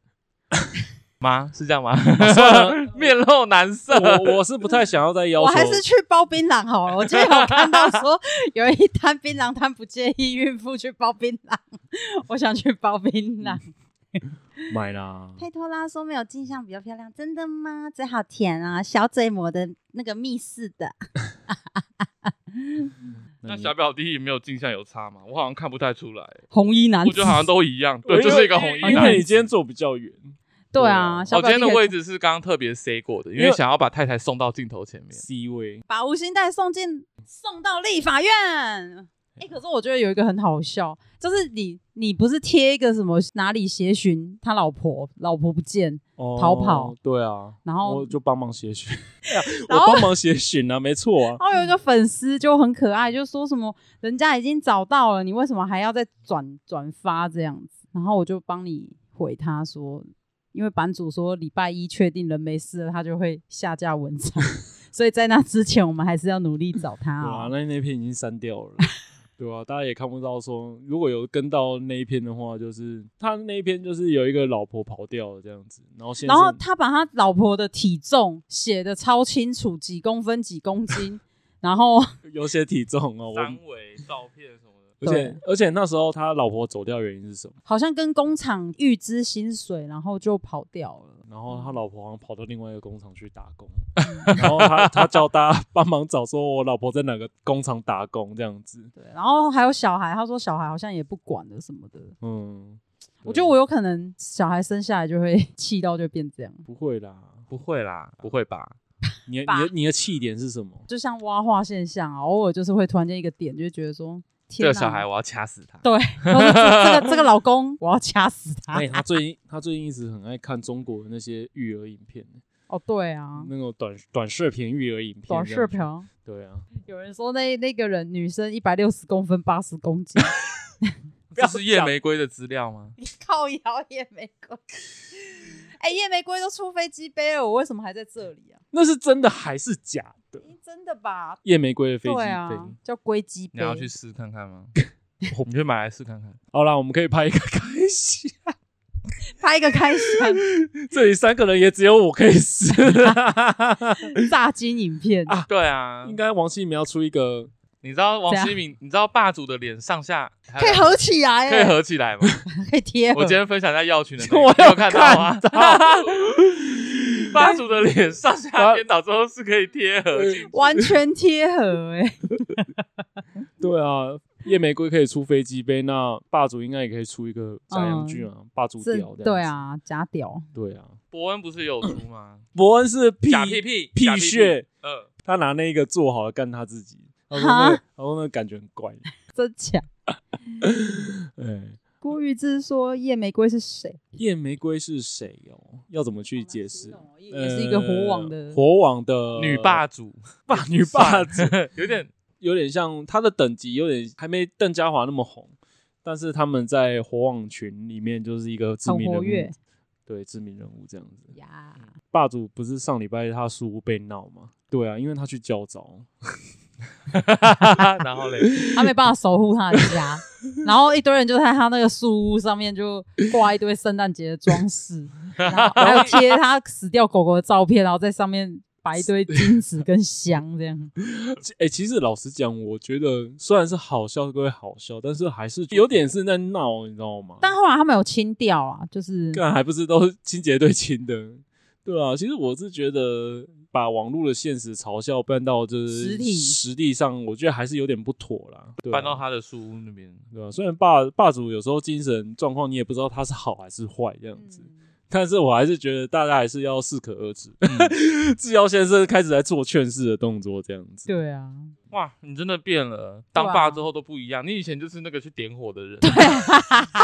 S2: 吗？是这样吗？ 面露难色。
S3: 我我是不太想要再要
S1: 我
S3: 求，
S1: 还是去包槟榔好了。我今天有看到说有一摊槟榔摊不介意孕妇去包槟榔，我想去包槟榔。
S3: 买啦。
S4: 佩托拉说没有镜像比较漂亮，真的吗？嘴好甜啊，小嘴抹的那个蜜似的。
S2: 那
S3: 你
S2: 小表弟没有镜像有差吗？我好像看不太出来，
S1: 红衣男
S2: 我
S1: 子，
S2: 觉得好像都一样，
S3: 我
S2: 对，
S3: 因为
S2: 就是一个红衣
S3: 因为你
S2: 男。
S3: 今天坐比较远，
S1: 对啊。
S2: 我
S1: 小
S2: 哦
S1: 表
S2: 今天
S1: 弟
S2: 的
S1: 可以
S2: 位置是刚刚特别 say 过的，因
S3: 因
S2: 为
S3: 为
S2: 想要把太太送到镜头前面。
S3: ，C 位
S1: 把吴兴代送进送到立法院。哎、可是我觉得有一个很好笑，就是你你不是贴一个什么哪里协寻他老婆，老婆不见，
S3: 哦
S1: 逃跑，
S3: 对啊，
S1: 然后
S3: 我就帮忙 协寻， 我
S1: 然后
S3: 帮忙 协寻啊，没错啊，
S1: 然后有一个粉丝就很可爱，就说什么人家已经找到了，你为什么还要再转转发这样子？然后我就帮你回他说，因为版主说礼拜一确定人没事了，他就会下架文章，所以在那之前我们还是要努力找他、
S3: 对啊，
S1: 哦。
S3: 那那篇已经删掉 了。对啊，大家也看不到说，如果有跟到那一篇的话，就是他那一篇就是有一个老婆跑掉了这样子，然后现在
S1: 然后他把他老婆的体重写的超清楚，几公分几公斤，然后
S3: 有些体重哦，我
S2: 维照片什么的，
S3: 而且而且那时候他老婆走掉的原因是什么？
S1: 好像跟工厂预支薪水，然后就跑掉了。
S3: 然后他老婆好像跑到另外一个工厂去打 工，然后他他叫大家帮忙找，说我老婆在哪个工厂打工这样子。
S1: 对，然后还有小孩，他说小孩好像也不管了什么的。
S3: 嗯，
S1: 我觉得我有可能小孩生下来就会 气到就变这样，
S3: 不会啦。
S2: 不会啦，不会吧？
S3: 你的
S1: 吧
S3: 你的你的气点是什么？
S1: 就像蛙化现象啊，偶尔就是会突然间一个点，就会觉得说，
S2: 这
S1: 天
S2: 个
S1: 哪，
S2: 小孩我要掐死他。
S1: 对，或者这这个这个老公，我要掐死他。
S3: 哎，他最近他最近一直很爱看中国的那些育儿影片，
S1: 哦，对啊，
S2: 嗯
S3: 那种短短视频育儿影片。
S1: 短视频。
S3: 对啊，
S1: 有人说那那个人女生一百六十公分，八十公 斤，
S2: 这是夜玫瑰的资料 吗？
S1: 靠摇夜玫瑰。哎、夜玫瑰都出飞机杯了，我为什么还在这里啊？
S3: 那是真的还是假的？
S1: 真的吧？
S3: 夜玫瑰的飞机
S1: 对
S3: 杯。
S1: 啊，叫龟鸡杯。
S2: 你要去试看看 吗？你去买来试看看。
S3: 好啦，我们可以拍一个开心。
S1: 拍一个开箱
S3: 这里三个人也只有我可以撕。
S1: 炸金影片
S3: 啊
S2: 对啊
S3: 应，该王心凌要出一个，
S2: 你知道王
S1: 怎样
S2: 希敏，你知道霸主的脸上下还有
S1: 可以合起来、
S2: 可以
S1: 欸，
S2: 合起来吗？
S1: 可以贴合。
S2: 我今天分享在药群 的那
S3: 我有
S2: 个，你有看到吗
S3: 看？啊
S2: 霸主的脸上下颠倒之后是可以贴合，
S1: 完全贴合、 欸，哎，
S3: 对啊，夜玫瑰可以出飞机杯，那霸主应该也可以出一个假洋剧啊，霸主屌
S1: 这
S3: 这样
S1: 嗯
S3: 子
S1: 对，啊，假屌，
S3: 对啊，
S2: 伯恩不是有出 吗？
S3: 伯恩是屁
S2: 假屁屁，假
S3: 屁
S2: 屁
S3: 穴，，
S2: 嗯，
S3: 他拿那个做好了干他自己，他说那个
S1: 哈
S3: 他说那个感觉很怪，
S1: 真假？
S3: 哎，
S1: 郭玉志说夜玫瑰是谁？
S3: 夜玫瑰是谁哦？要怎么去解释
S1: 好难？形容哦也是一个火网的
S3: 呃火网的
S2: 女霸主，
S1: 呃
S3: 霸女霸主，
S2: 有点
S3: 有点像他的等级有点还没邓家华那么红，但是他们在火网群里面就是一个知
S1: 很
S3: 名人
S1: 活跃
S3: 物，对知名人物这样子。
S1: 呀，
S3: 霸主不是上礼拜他输被闹吗？对啊，因为他去教招，
S2: 然后 嘞，
S1: 他没办法守护他的 家，然后一堆人就在他那个树屋上面就挂一 堆圣诞节的装饰，然后还有贴他死掉狗狗的照片，然后在上面摆一堆金子跟香这 样。
S3: 哎、其实老实讲，我觉得虽然是好笑归好笑，但是还是有点是在闹，你知道吗？
S1: 但后来他们有清掉啊，就是
S3: 干还不是都是清洁队清的，对啊。其实我是觉得把网络的现实嘲笑搬到就是
S1: 实体
S3: 实地上，我觉得还是有点不妥啦。对啊
S2: 搬到他的书屋那边。
S3: 对啊，虽然霸霸主有时候精神状况你也不知道他是好还是坏这样
S1: 嗯
S3: 子，但是我还是觉得大家还是要适可而止。
S2: 嗯
S3: 制药先生开始在做劝世的动作，这样子。
S1: 对啊，
S2: 哇，你真的变了，当
S1: 对啊
S2: 爸之后都不一样。你以前就是那个去点火的人，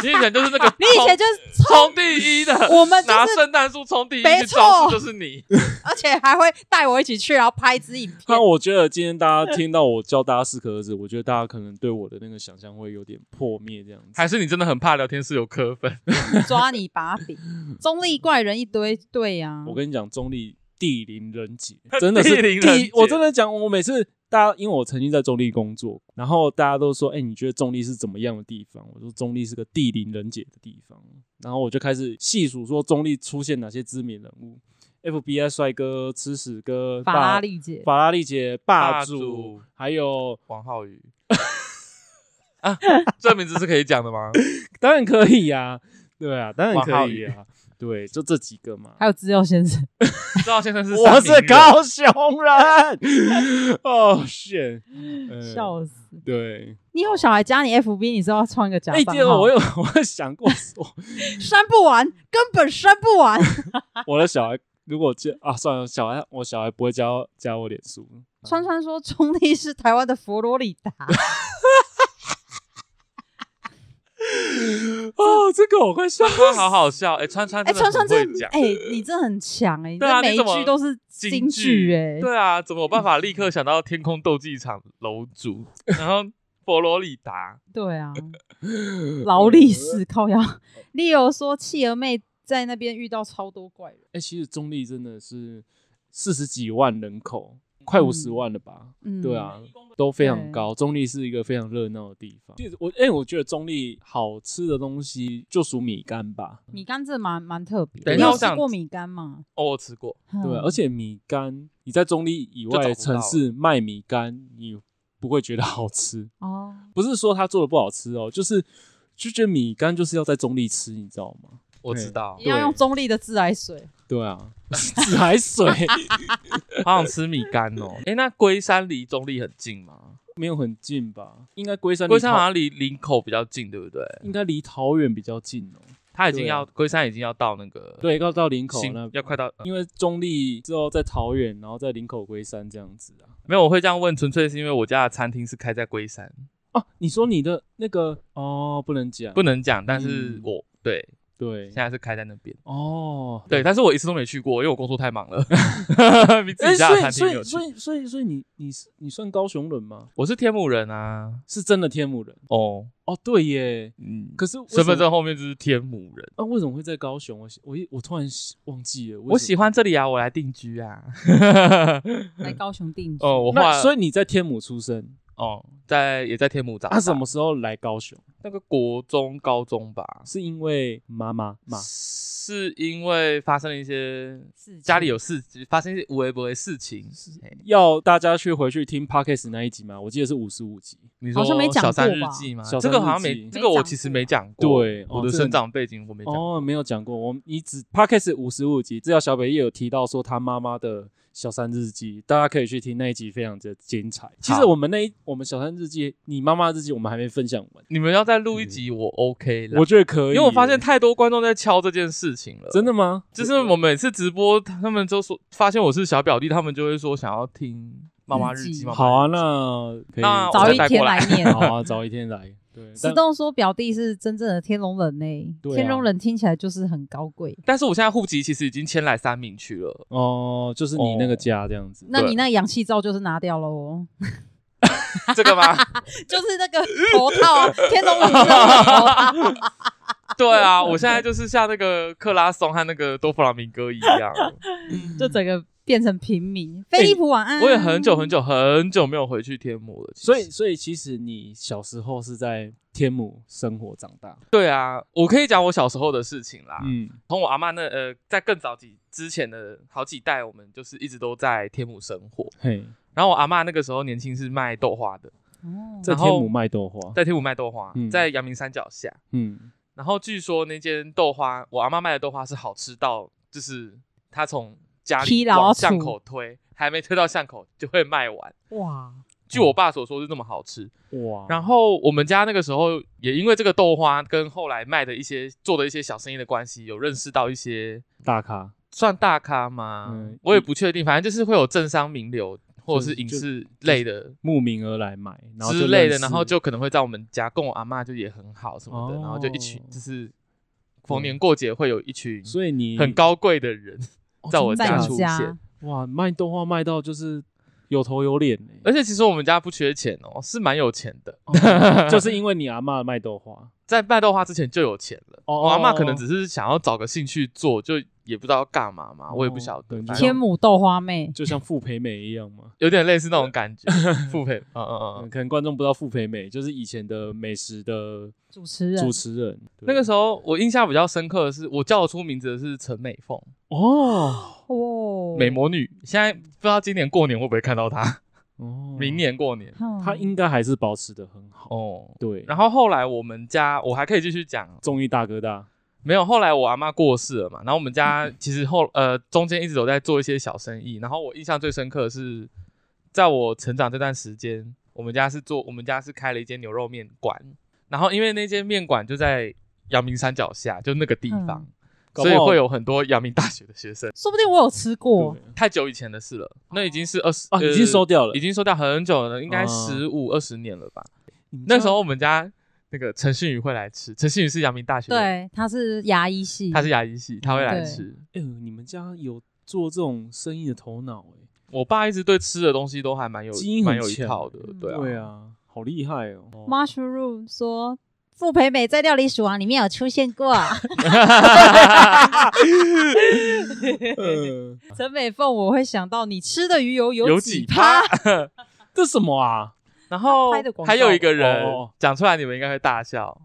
S2: 你以前就是那个
S1: 啊 你以前就是
S2: 冲第一的，
S1: 我们就是
S2: 拿圣诞树冲第一
S1: 没
S2: 去招
S1: 错
S2: 式就是你。
S1: 而且还会带我一起去，然后拍一支影片
S2: 啊
S3: 那。我觉得今天大家听到我教大家适可而止，我觉得大家可能对我的那个想象会有点破灭，这样子。
S2: 还是你真的很怕聊天室有磕粉？
S1: 抓你把柄，中立怪人一堆，对啊呀、
S3: 我跟你讲，中立地灵人 杰，真的是
S2: 嗯地灵人杰
S3: 我真的讲，我每次大家，因为我曾经在中立工作，然后大家都说，哎、你觉得中立是怎么样的地方？我说中立是个地灵人杰的地方。然后我就开始细数说中立出现哪些知名人物：FBI 帅哥、吃屎哥、
S1: 法
S3: 霸
S1: 拉、利姐，
S3: 法拉利姐、霸
S2: 霸
S3: 主，
S2: 主
S3: 还有
S2: 王浩宇啊，这名字是可以讲的吗？
S3: 当然可以呀、对啊，当然
S2: 王浩
S3: 可以
S2: 宇
S3: 呀、对，就这几 个嘛。
S1: 还有资料先生，
S2: 知道先生是
S3: 我是
S2: 高。
S3: 高雄 人，哦，shit，呃
S1: 笑死！
S3: 对，
S1: 你有小孩加你 FB，你是要创一个假
S3: 哎，
S1: 账
S2: 哦
S3: 第二
S1: 号？
S3: 个我有 我有想过说，
S1: 删不完，根本删不完。
S3: 我的小孩如果这啊算了，小孩我小孩不会加我加我脸书，
S1: 川川说中立是台湾的佛罗里 达，
S3: 哦，这个我快笑
S2: 川川好好笑，哎、川川
S1: 哎、
S2: 真的
S1: 川川
S2: 很会
S1: 真的
S2: 讲，
S1: 哎、你真的很强哎、你
S2: 对啊
S1: 这每
S2: 你
S1: 一
S2: 怎么
S1: 句都是京剧哎、
S2: 对啊，怎么有办法立刻想到天空斗技场楼主，然后佛罗里达，
S1: 对 啊，劳力士靠腰。丽友说企鹅妹在那边遇到超多怪人，
S3: 哎，其实中立真的是四十几万人口，快五十万了吧？
S1: 嗯，
S3: 对啊，都非常
S1: 对
S3: 高。中立是一个非常热闹的地方。其实我哎、我觉得中立好吃的东西就属米干吧，
S1: 米干这蛮蛮特别的。
S2: 等
S3: 一
S1: 你
S3: 下
S1: 有
S3: 我
S1: 吃
S2: 想
S1: 过米干吗？嗯
S2: 哦，我吃过，
S3: 对啊，而且米干你在中立以
S2: 就
S3: 外
S2: 找
S3: 的
S2: 不
S3: 城
S2: 到
S3: 市卖米干，你不会觉得好吃。
S1: 哦，
S3: 不是说他做的不好吃哦，就是就觉得米干就是要在中立吃，你知道吗？
S2: 我知道
S1: 一，定要用中立的自来 水。
S3: 对啊，自来水
S2: 好想吃米干哦。哎、那龟山离中立很近吗？
S3: 没有很近吧？应该龟山离
S2: 龟山好
S3: 桃
S2: 像离林口比较近，对不对？
S3: 应该离桃园比较近哦。
S2: 它已经
S3: 对啊
S2: 要龟山已经要到那个
S3: 对，要到林口
S2: 新
S3: 那，
S2: 要快到。
S3: 因为中立之后在桃园，然后在林口龟山这样子啊。
S2: 没有，我会这样问，纯粹是因为我家的餐厅是开在龟山，
S3: 哦、你说你的那个哦，不能讲，
S2: 不能讲，但是
S3: 嗯
S2: 我、对
S3: 对
S2: 现在是开在那边。
S3: 哦，
S2: 对，但是我一次都没去过，因为我工作太 忙了。比自
S3: 哎、
S2: 己家的餐厅
S3: 所
S2: 没有
S3: 以所
S2: 去。
S3: 以所以所以所以你你是你算高雄人吗？
S2: 我是天母人啊，
S3: 是真的天母人
S2: 哦，
S3: 哦，对耶。
S2: 嗯，
S3: 可是为
S2: 身
S3: 什么
S2: 份证后面就是天母人。
S3: 啊，为什么会在高雄？我我一我突然忘记了，为
S2: 我
S3: 什
S2: 喜
S3: 么
S2: 欢这里啊，我来定居啊。
S1: 来高雄定居。
S2: 哦，我
S3: 那
S2: 画，
S3: 所
S2: 以
S3: 以你在天母出生，
S2: 哦，在也在天母长
S3: 他
S2: 大。
S3: 啊什么时候来高雄？
S2: 那个国中、高中吧？
S3: 是因为妈妈嘛？
S2: 是因为发生了一些
S1: 事情
S2: 家里有事，发生一些无微不为事情。嘿
S3: 要大家去回去听 podcast 那一集吗？我记得是五十五集。
S2: 你
S1: 好
S2: 说
S1: 像没讲
S2: 小三
S1: 过
S2: 日
S1: 吧
S2: 记吗？
S3: 小
S2: 这
S3: 三
S2: 个好像
S3: 日
S2: 没
S3: 记，
S2: 这个我
S1: 没讲
S2: 其实
S1: 过
S2: 没讲过。
S3: 对，
S2: 我
S3: 哦
S2: 的
S3: 这个
S2: 生长背景我没讲。
S3: 哦，没有讲过。我们你只 podcast 五十五集，这条小北也有提到说他妈妈的小三日记，大家可以去听那一集，非常的精彩。其实
S2: 好
S3: 我们那一我们小三日记，你妈妈的日记我们还没分享完，
S2: 你们要再录一集，我 OK 啦
S3: 我。觉得可以耶，
S2: 因为我发现太多观众在敲这件事情了，
S3: 真的吗？
S2: 就是我每次直播，他们就说发现我是小表弟，他们就会说想要听妈妈
S1: 日
S2: 日记。
S1: 记
S2: 妈妈日记
S3: 好啊，那可以
S2: 那
S1: 早
S2: 我
S1: 一
S2: 再带
S1: 天
S2: 过来 哦
S1: 念。哦
S3: 好啊，早一天来。对，
S1: 石
S3: 但
S1: 栋说表弟是真正的天龙人呢、
S3: 对啊
S1: 天龙人听起来就是很高贵。
S2: 但是我现在户籍其实已经迁来三明区了，
S3: 哦，就是你那个家这样子。
S1: 那你那氧气罩就是拿掉 喽，
S2: 这个吗？
S1: 就是那个头套，啊天龙人 的头套。
S2: 对啊，我现在就是像那个克拉松和那个多弗朗明哥一样，
S1: 就整个变成平民。飞利浦晚安，
S2: 哎我也很久很久很久没有回去天母了。其实
S3: 所以，所以其实你小时候是在天母生活长大，
S2: 对啊，我可以讲我小时候的事情啦。
S3: 嗯，
S2: 从我阿妈那呃，在更早几之前的好几代，我们就是一直都在天母生活。
S3: 嘿，
S2: 然后我阿妈那个时候年轻是卖豆花的，
S1: 哦
S3: 在
S2: 然后
S3: 天母卖豆花，
S2: 在天母卖豆花，
S3: 哦嗯
S2: 在阳明山脚下。
S3: 嗯，
S2: 然后据说那间豆花，我阿妈卖的豆花是好吃到，就是她从家
S1: 踢
S2: 里
S1: 老
S2: 往巷
S1: 鼠
S2: 口推，还没推到巷口就会卖完。
S1: 哇，
S2: 据我爸所说是那么好吃。
S3: 哇，
S2: 然后我们家那个时候也因为这个豆花跟后来卖的一些做的一些小生意的关系，有认识到一些
S3: 大咖
S2: 算大咖吗？
S3: 嗯
S2: 我也不确定，反正就是会有政商名流或者是影视类的。
S3: 慕名而来买，然后就
S2: 之类的，
S3: 认识
S2: 然后就可能会在我们家跟我阿妈就也很好什么的，
S3: 哦
S2: 然后就一群就是逢年过节会有一群
S3: 所以你
S2: 很高贵的人
S3: 哦
S2: 在我
S3: 真的
S1: 在你
S2: 家
S3: 假的
S2: 出
S1: 家
S2: 现，
S3: 哇，卖豆花卖到就是有头有脸欸呢、
S2: 而且其实我们家不缺钱哦，是蛮有钱的，
S3: 哦就是因为你阿嬷卖豆花，
S2: 在卖豆花之前就有钱了。
S3: 哦
S2: 我阿妈可能只是想要找个兴趣做，就也不知道要干嘛嘛，我也不晓得
S3: 哦，
S2: 反正
S1: 天母豆花妹，
S3: 就像傅培美一样嘛。
S2: 有点类似那种感 觉。傅培，嗯嗯嗯
S3: 嗯
S2: 嗯，
S3: 可能观众不知道傅培美就是以前的美食的
S1: 主持人
S3: 主持人，
S2: 那个时
S3: 候
S2: 候我印象比较深刻的是，我叫得出名字的是陈美凤，
S3: 哦
S1: 哦，
S2: 美魔女。现在不知道今年过年会不会看到她，
S3: 哦，
S2: 明年过年
S1: 哼，
S3: 他应该还是保持的很好，
S2: 哦。
S3: 对，
S2: 然
S3: 后
S2: 后后来我们家，我还可以继续讲，
S3: 综艺大哥大，
S2: 没有，后来我阿妈过世了嘛，然后我们
S3: 嗯
S2: 家其实后呃中间一直有在做一些小生意，然后我印象最深刻的是，在我成长这段时间，我们家是做我们家是开了一间牛肉面馆，然后因为那间面馆就在阳明山脚下，就那个地方，
S3: 嗯搞不
S2: 所以
S3: 好
S2: 会有很多阳明大学的学生。
S1: 说不定我有吃过
S3: 对
S2: 太久以前的事了，那已经是二十
S3: 啊，已经收掉了
S2: 呃已，经收掉很久了，应该
S3: 哦
S2: 十五二十年了吧？
S3: 你知道
S2: 那时候我们家那个陈信宇会来吃，陈信宇是阳明大学的，
S1: 对，他是牙医系，
S2: 他是牙医系，他会来
S1: 对
S2: 吃。
S3: 哎呦，你们家有做这种生意的头脑哎、
S2: 我爸一直对吃的东西都还蛮有
S3: 基因很
S2: 蛮有一套的，
S1: 嗯
S2: 对啊，
S3: 对，啊，好厉害哦，
S4: Mushroom 说，傅培美在料理鼠王里面有出现 过，
S3: 呃，
S1: 陈美凤，我会想到你吃的鱼油
S2: 有
S1: 几
S2: 几
S1: 趴
S2: 趴，
S3: 这什么啊？
S2: 然后
S1: 他拍的广告
S2: 还有一个人
S3: 哦
S2: 讲出来，你们应该会大笑。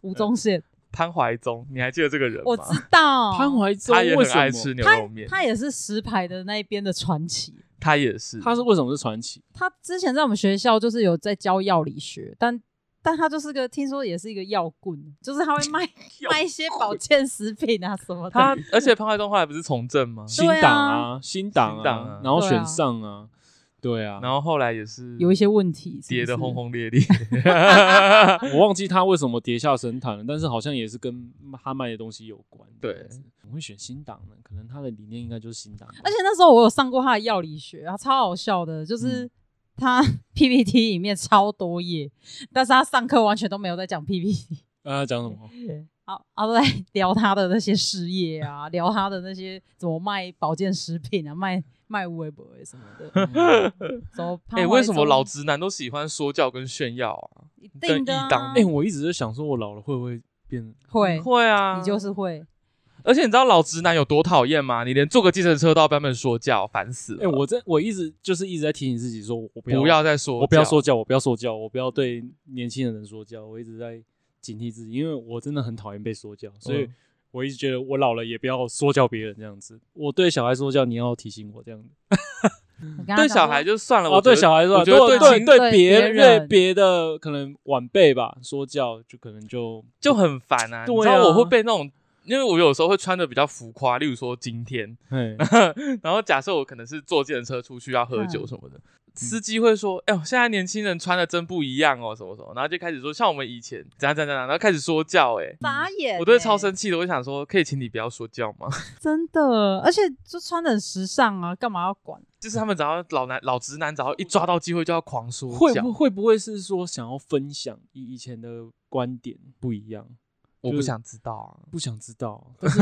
S1: 吴宗宪，
S2: 潘怀宗，你还记得这个人
S1: 我
S2: 吗？
S1: 知道，
S3: 潘怀宗
S2: 他也很
S3: 为什
S2: 爱
S3: 么？
S2: 吃牛肉面，
S1: 他也是石牌的那一边的传奇。
S2: 他也是，
S3: 他是为什么是传奇？
S1: 他之前在我们学校就是有在教药理学，但但他就是个听说也是一个药棍，就是他会 卖卖一些保健食品啊什么的。
S2: 他，而且潘怀宗后来不是从政吗？
S3: 新党啊，新党
S2: 新党啊
S3: 然后选上啊，对啊，
S2: 然后后来也是
S1: 有一些问题，
S2: 跌
S1: 的
S2: 得轰。轰烈烈，
S3: 我忘记他为什么跌下神坛了，但是好像也是跟他卖的东西有关。
S2: 对
S3: 这样子，我会选新党呢，可能他的理念应该就是新党吧。
S1: 而且那时候我有上过他的药理学，啊，超好笑的，就是
S2: 嗯
S1: 他 PPT 里面超多页，但是他上课完全都没有在讲 PPT，
S3: 呃，讲什么？
S1: 好，他都在聊他的那些事业啊，聊他的那些怎么卖保健食品啊，卖卖微博啊什么的。 嗯什么潘
S2: 哎，
S1: 怀
S2: 为什么
S1: 宗
S2: 老直男都喜欢说教跟炫耀啊？
S1: 一定的、
S2: 跟一档
S1: 啊
S3: 哎、？我一直在想，说我老了会不会变？
S1: 会，
S2: 会啊，
S1: 你就是会。
S2: 而且你知道老直男有多讨厌吗？你连坐个计程车都要被他们说教，烦死了。
S3: 哎、我在我一直就是一直在提醒自己说，我不要，
S2: 不要再说，
S3: 我不要说，教，我不要说教，我不要对年轻人说教，我一直在警惕自己，因为我真的很讨厌被说教，所以
S2: 嗯
S3: 我一直觉得我老了也不要说教别人这样子。我对小孩说教，你要提醒我这样子。
S1: 我跟他
S2: 嗯
S1: 讲
S2: 对小
S1: 说
S2: 孩就算了，
S3: 哦，
S2: 我觉
S3: 对
S2: 得
S3: 小孩说，
S2: 我觉得
S3: 对
S2: 对亲
S1: 对
S3: 对别
S1: 别人
S3: 对别的可能晚辈吧说教，就可能就
S2: 就很烦啊。
S3: 对啊
S2: 你知道我会被那种，因为我有时候会穿的比较浮夸，例如说今天，
S3: 嘿
S2: 然后假设我可能是坐计程车出去要喝
S1: 嗯
S2: 酒什么的，
S3: 嗯
S2: 司机会说：“哎呦，现在年轻人穿的真不一样哦，什么什么。”然后就开始说像我们以前怎样怎样怎样，然后开始说教、欸，
S4: 傻眼、
S2: 我都会超，生气的，我就想说，可以请你不要说教吗？
S1: 真的，而且就穿的很时尚啊，干嘛要管？
S2: 就是他们只要老男老直男，只要一抓到机会就要狂说
S3: 会
S2: 教
S3: 不，会不会是说想要分享以以前的观点不一样，
S2: 我不想知道啊。
S3: 不想知道， 但是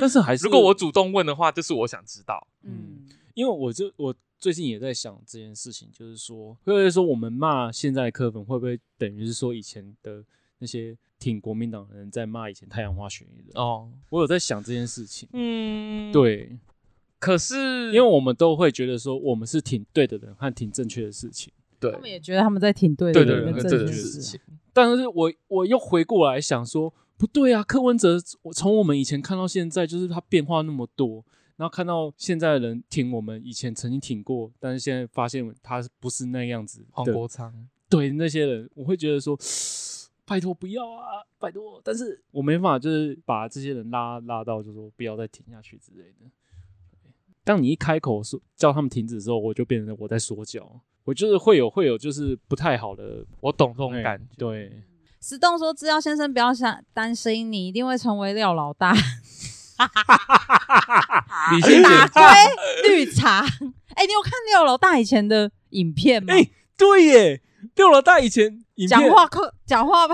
S3: 但是还是
S2: 如果我主动问的话，就是我想知道。
S3: 嗯
S1: 嗯，
S3: 因为我就我最近也在想这件事情，就是说会不会说我们骂现在的课本会不会等于是说以前的那些挺国民党的人在骂以前太阳花学运的？
S2: 哦，
S3: 我有在想这件事情，
S2: 嗯，
S3: 对，
S2: 可是
S3: 因为我们都会觉得说我们是挺对的人和挺正确的事情。
S2: 对
S1: 他们也觉得他们在挺对
S2: 对
S1: 的，
S2: 的
S3: 对
S2: 人
S1: 跟
S2: 跟
S3: 对
S2: 这
S1: 正
S2: 个
S1: 确
S3: 对
S2: 事
S1: 事
S2: 情
S1: 啊，，
S3: 但是我我又回过来想说，不对啊，柯文哲，我从我们以前看到现在，就是他变化那么多，然后看到现在的人挺我们以前曾经挺过，但是现在发现他不是那样子
S2: 黄
S3: 的
S2: 国昌
S3: 对那些人，我会觉得说，拜托不要啊，拜托！但是我没办法，就是把这些人拉拉到，就说不要再停下去之类的。对当你一开口说叫他们停止的时候，我就变成我在说教，我就是会有会有就是不太好的
S2: 我懂这
S3: 那
S2: 种感觉。
S3: 哎对，
S1: 石栋说：“知道先生，不要想担心，你一定会成为廖老 大。
S2: 理性
S1: 打
S2: 点，
S1: 推绿茶。哎、你有看廖老大以前的影片吗？
S3: 哎对耶，六老大以前影
S1: 讲、
S3: 片
S1: 话口讲话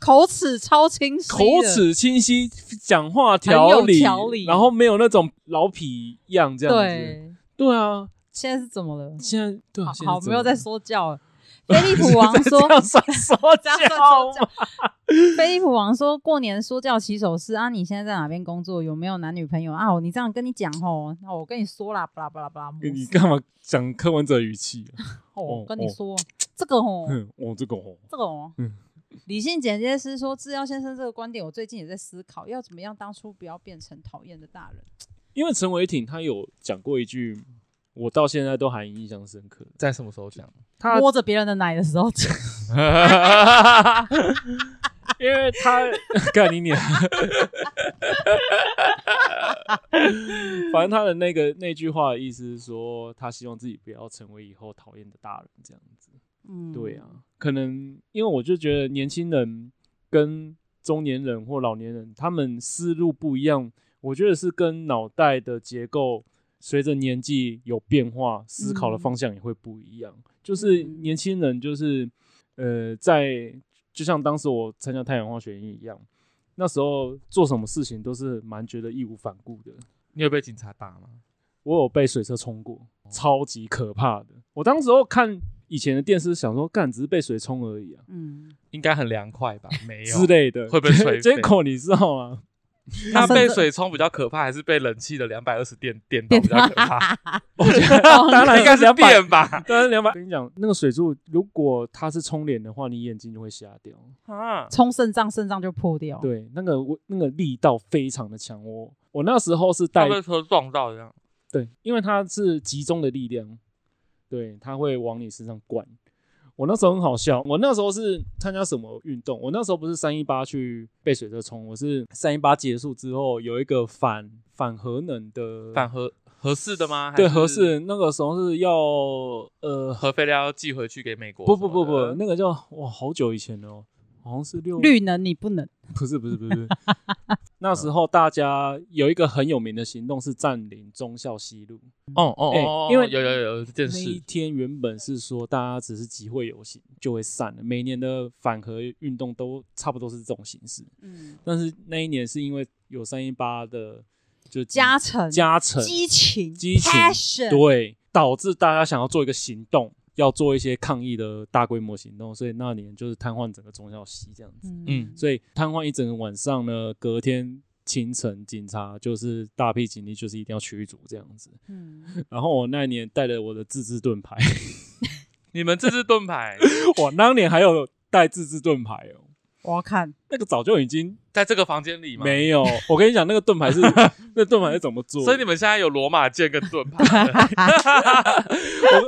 S1: 口齿超清晰的，
S3: 口齿清晰，讲话
S1: 很
S3: 条
S1: 有
S3: 理，
S1: 条理
S3: 然后没有那种老痞样这样子。
S1: 对。
S3: 对啊，
S1: 现在是怎么了？
S3: 现在对啊，现在
S1: 好，
S3: 是
S1: 没有
S3: 这样
S1: 在说 教了。菲利普王说
S3: 这 样算说
S1: 这样算说教
S3: 教吗？
S1: 菲利普王说过年说教起手式啊，你现在在哪边工作？有没有男女朋友啊？我你这样跟你讲吼，那我跟你说啦，巴拉巴拉巴拉，模
S3: 你
S1: 式
S3: 干嘛讲柯文哲语气啊？
S1: 哦
S3: 哦，
S1: 跟你说这个吼，
S3: 哼，我这个 哦，
S1: 这个哦
S3: 嗯。
S1: 理性剪接师说，制药先生这个观点，我最近也在思考，要怎么样当初不要变成讨厌的大人。
S3: 因为陈伟霆他有讲过一句，我到现在都还印象深刻。
S2: 在什么时候 讲？
S3: 他
S1: 摸着别人的奶的时候，
S3: 因为他干你娘，反正他的那个那句话的意思是说，他希望自己不要成为以后讨厌的大人这样子。
S1: 嗯，
S3: 对啊，，可能因为我就觉得年轻人跟中年人或老年人，他们思路不一样，我觉得是跟脑袋的结构随着年纪有变化，思考的
S1: 嗯
S3: 方向也会不一样。就是
S1: 嗯
S3: 年轻人就是呃，在就像当时我参加太阳花学运一样。那时候做什么事情都是蛮觉得义无反顾的，
S2: 你有被警察打吗？
S3: 我有被水车冲过，超级可怕的。我当时候看以前的电视，想说干只是被水冲而已啊，
S1: 嗯，
S2: 应该很凉快吧？没有
S3: 之。类的，
S2: 会被水
S3: 结果你知道吗？
S2: 那
S1: 甚
S2: 被
S1: 至
S2: 水冲比较可怕，还是被冷气的两百二十电电到比较可 怕？
S3: 我觉得当然
S2: 应该是
S3: 两百，
S2: 电吧？
S3: 当然两百。跟你讲，那个水柱如果它是冲脸的话，你眼睛就会瞎掉。
S2: 啊，
S1: 冲肾脏，肾脏就破掉。，
S3: 对，那个我那个力道非常的强。我我那时候是带
S2: 他被车撞到这样。
S3: 对，因为它是集中的力量，对，它会往你身上灌。我那时候很好笑，我那时候是参加什么运动？我那时候不是三一八去被水车冲，我是三一八结束之后有一个反反核能的
S2: 反合合适的吗？还
S3: 对
S2: 是
S3: 合适，那个时候是要呃
S2: 核废料要寄回去给美国什
S3: 不
S2: 么
S3: 不
S2: 的？
S3: 不不，那个叫哇，好久以前了哦，好像是六，
S1: 绿能你不能，
S3: 不是不是不 是，那时候大家有一个很有名的行动是占领忠孝西路。
S1: 嗯
S2: 哦哦
S3: 哎
S2: 哦，
S3: 因为
S2: 有有有有这件
S3: 那一
S2: 事，
S3: 天原本是说大家只是集会游行就会散了，每年的反核运动都差不多是这种形式，
S1: 嗯，
S3: 但是那一年是因为有三一八的就集
S1: 加成
S3: 加成
S1: 激情
S3: 激情
S1: passion，
S3: 对，导致大家想要做一个行动，要做一些抗议的大规模行动，所以那年就是瘫痪整个中小西这样子。
S2: 嗯
S3: 所以瘫痪一整个晚上呢，隔天清晨警察就是大批警力，就是一定要驱逐这样子。
S1: 嗯，
S3: 然后我那一年带了我的自制盾牌，
S2: 你们这支盾牌
S3: 我当年还有带自制盾牌哦，
S1: 我要 看
S3: 那个早就已经
S2: 在这个房间里吗？
S3: 没有。我跟你讲，那个盾牌 是那盾牌是怎么做的？
S2: 所以你们现在有罗马剑跟盾牌了，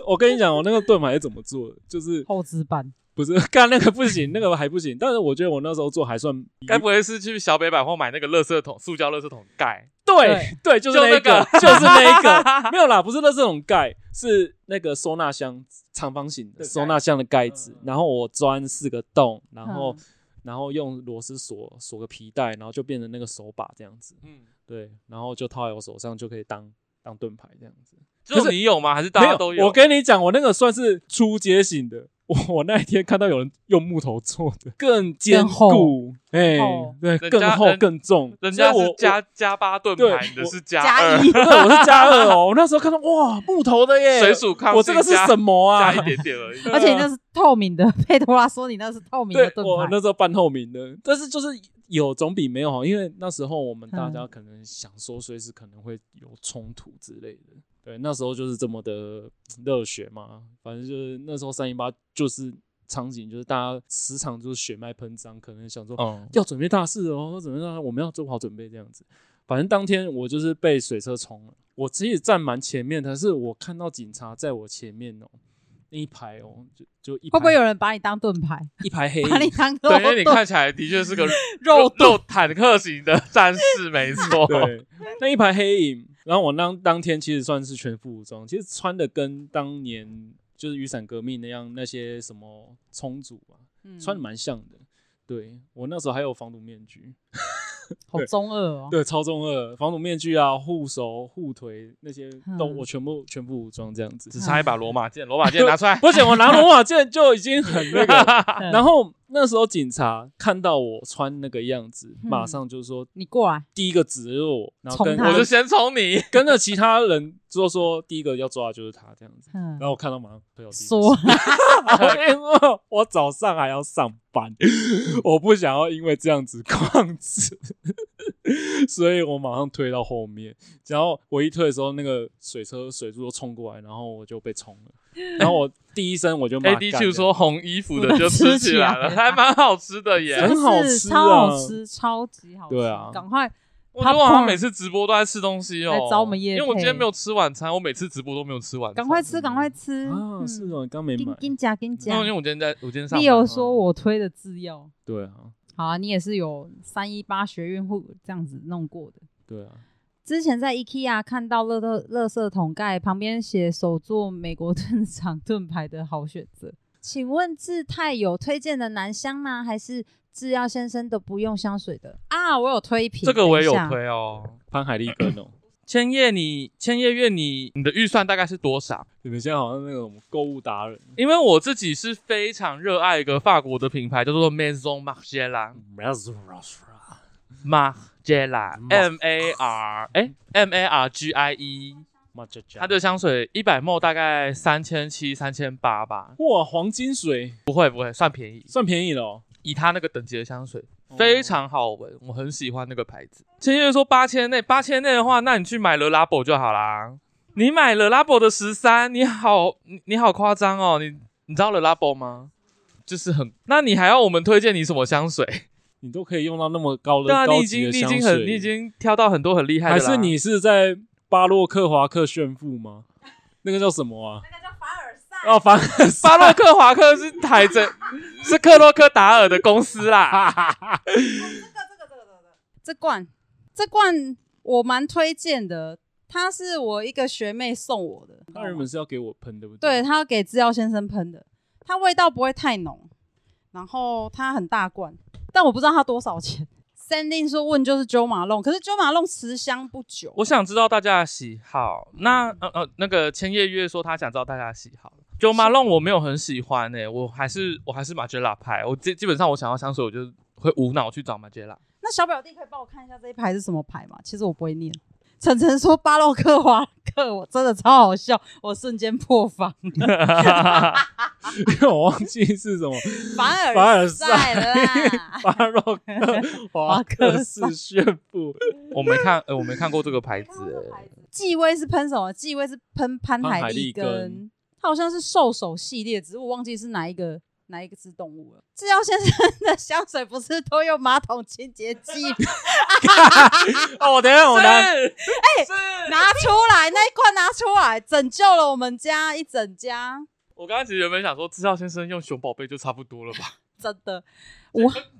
S3: 我我跟你讲，我那个盾牌是怎么做的？就是
S1: 后置 版，
S3: 不是干那个不行，那个还不行。但是我觉得我那时候做还算
S2: 该不会是去小北百货买那个垃圾桶、塑胶垃圾桶盖？
S3: 对对，就是
S2: 就
S3: 那
S2: 那
S3: 一个
S2: 个，
S3: 就是那 一个，没有啦，不是那这种盖，是那个收纳箱长方形的
S2: 对盖
S3: 收纳箱的盖子
S2: 嗯，
S3: 然后我钻四个洞，然后
S1: 嗯
S3: 然后用螺丝锁锁个皮带，然后就变成那个手把这样子，
S2: 嗯，
S3: 对，然后就套在我手上就可以当当盾牌这样子。
S2: 只有
S3: 可是
S2: 你有吗？还是大家都
S3: 没有，我跟你讲，我那个算是初阶型的。我我那一天看到有人用木头做的，更坚
S1: 更厚
S3: 固，哎、
S1: 厚
S3: 对，
S2: 哦人
S3: 更
S2: 家
S3: 厚
S2: 人
S3: 更重。
S2: 人家
S3: 所以
S2: 是
S3: 我
S2: 加加八盾
S3: 对
S2: 牌，你的
S3: 我
S2: 是加
S1: 加
S2: 二
S1: 一，
S3: 对， 我是加二哦。我那时候看到哇，木头的耶，
S2: 水煮抗
S3: 我这个是
S2: 性加
S3: 什么啊
S2: 加？一点点 而已。
S1: 而 且你那是透明的。佩托拉说你那是透明的
S3: 对，
S1: 盾
S3: 我
S1: 牌，
S3: 那时候半透明的，但是就是有总比没有好，因为那时候我们大
S1: 嗯
S3: 家可能想说随时可能会有冲突之类的。对，那时候就是这么的热血嘛，反正就是那时候三一八就是场景，就是大家时常就是血脉喷张，可能想说
S2: 嗯，
S3: 要准备大事哦，准备大事，我们要做好准备这样子。反正当天我就是被水车冲了，我其实站蛮前面的，但是我看到警察在我前面哦，那一排哦，就就一排
S1: 会不会有人把你当盾牌，
S3: 一排黑
S1: 把你
S3: 影？
S1: 当肉
S2: 对，
S3: 哎
S2: 因为你
S1: 盾
S2: 看起来的确是个
S1: 肉盾？
S2: 肉坦克型的战士，没 错。
S3: 对，那一排黑影。然后我当当天其实算是全副武装，其实穿的跟当年就是雨伞革命那样那些什么冲组啊，
S1: 嗯
S3: 穿的蛮像的。对我那时候还有防毒面具，
S1: 好中二哦。
S3: 对，超中二，防毒面具啊，护手、护腿那些都
S1: 嗯
S3: 我全部全副武装这样子。
S2: 只差一把罗马剑，罗马剑拿 出来。
S3: 不行，我拿罗马剑就已经很啊那个
S1: 嗯
S3: 了。然后那时候警察看到我穿那个样子，
S1: 嗯
S3: 马上就说
S1: 你过来，
S3: 第一个指着我，然后跟
S1: 冲他
S2: 我就先冲 你，
S3: 跟着其他人就说第一个要抓的就是他这样子。
S1: 嗯
S3: 然，后我看到马上推我弟弟
S1: 说
S3: 我我早上还要上班，我不想要因为这样子 旷职，所以我马上推到后面。然后我一推的时候，那个水车水柱就冲过来，然后我就被冲了。然后我第一声我就骂
S2: AD
S3: 干
S2: 就
S3: 了
S2: 哎说红衣 服的就吃起来了，
S1: 吃起来
S2: 还蛮好吃的耶
S1: 是。不
S3: 很好
S1: 是
S3: 吃
S1: 超好
S3: 啊
S1: 吃，超级好吃。
S3: 对啊
S1: 赶快
S2: 我觉得我好像每次直播都在吃东西哦
S1: 来，找我们业
S2: 因
S1: 配
S2: 为我今天没有吃晚餐，我每次直播都没有吃晚餐。
S1: 赶快吃，赶快吃
S3: 啊，
S1: 嗯
S3: 是哦，你刚没买
S4: 跟，跟夹跟
S2: 因
S4: 夹
S2: 为，因为我今天在，我今天上
S1: 你
S2: 班
S1: 有说我推的制药，
S3: 对啊，
S1: 好啊，你也是有三一八学运户这样子弄过的。
S3: 对啊，
S1: 之前在 IKEA 看到乐乐乐色桶盖旁边写手做美国盾厂盾牌的好选择，
S4: 请问志泰有推荐的男香吗？还是制药先生的不用香水的？
S1: 啊，我有推一瓶，
S2: 这个我也有
S1: 等一下，
S2: 推哦。
S3: 潘海利根哦。
S2: 千叶你，千叶月你，你的预算大概是多少？
S3: 你们现在好像那种购物达人
S2: 因为我自己是非常热爱一个法国的品牌，叫做 Maison Margiela Margiela M A R 哎 M A R G I E，它的香水一百 ml 大概三千七、三千八吧，
S3: 哇，黄金水
S2: 不会不会，算便宜。
S3: 算便宜了哦，
S2: 以它那个等级的香水，非常好闻，我很喜欢那个牌子。千叶说八千内，八千内的话，那你去买了 Labo 就好啦。你买了 Labo 的十三，你好，你你好夸张哦！你你知道了 Labo 吗？就是很，那你还要我们推荐你什么香水？
S3: 你都可以用到那么高的
S2: 对啊，你
S3: 高
S2: 已
S3: 级
S2: 经
S3: 的
S2: 你已
S3: 香
S2: 经
S3: 水
S2: 很，你已经挑到很多很厉害的
S3: 还
S2: 啦
S3: 是你是在巴洛克华克炫富吗？那个叫什么啊？那个叫凡尔赛哦，凡尔赛
S2: 巴洛克华克是台针，是克洛克达尔的公司啦。
S1: 这罐这罐我蛮推荐的，它是我一个学妹送我的，
S3: 他原本是要给我喷，对不
S1: 对
S3: 对，
S1: 他要给制药先生喷的，它味道不会太浓，然后它很大罐，但我不知道它多少钱。三定说问就是九马弄，可是九马弄持香不久，
S2: 我想知道大家的喜好。那呃呃，那个千叶月说他想知道大家的喜好。九马龙我没有很喜欢诶、我还是我还是马杰拉派。我基基本上我想要香水，我就会无脑去找马杰拉。
S1: 那小表弟可以帮我看一下这一排是什么牌吗？其实我不会念。晨晨说巴洛克华克，我真的超好笑，我瞬间破防。
S3: 因为 我忘记是什么
S1: 凡
S3: 凡
S1: 尔
S3: 尔赛，
S1: 赛了啦
S3: 巴洛克华克式炫 富。
S2: 我没看，呃，我没看过这个牌子欸诶、
S1: 纪威是喷什么？纪威是喷潘
S3: 潘
S1: 海
S3: 海
S1: 利
S3: 利
S1: 根
S3: 根，
S1: 它好像是兽首系列，只是我忘记是哪一个哪一个只动物了。制药先生的香水不是都用马桶清洁剂
S3: 哦，等一下我拿
S2: 是
S1: 拿出来？那一罐拿出来，拯救了我们家一整家，
S2: 我刚刚其实原本想说，制造先生用熊宝贝就差不多了吧，
S1: 真的。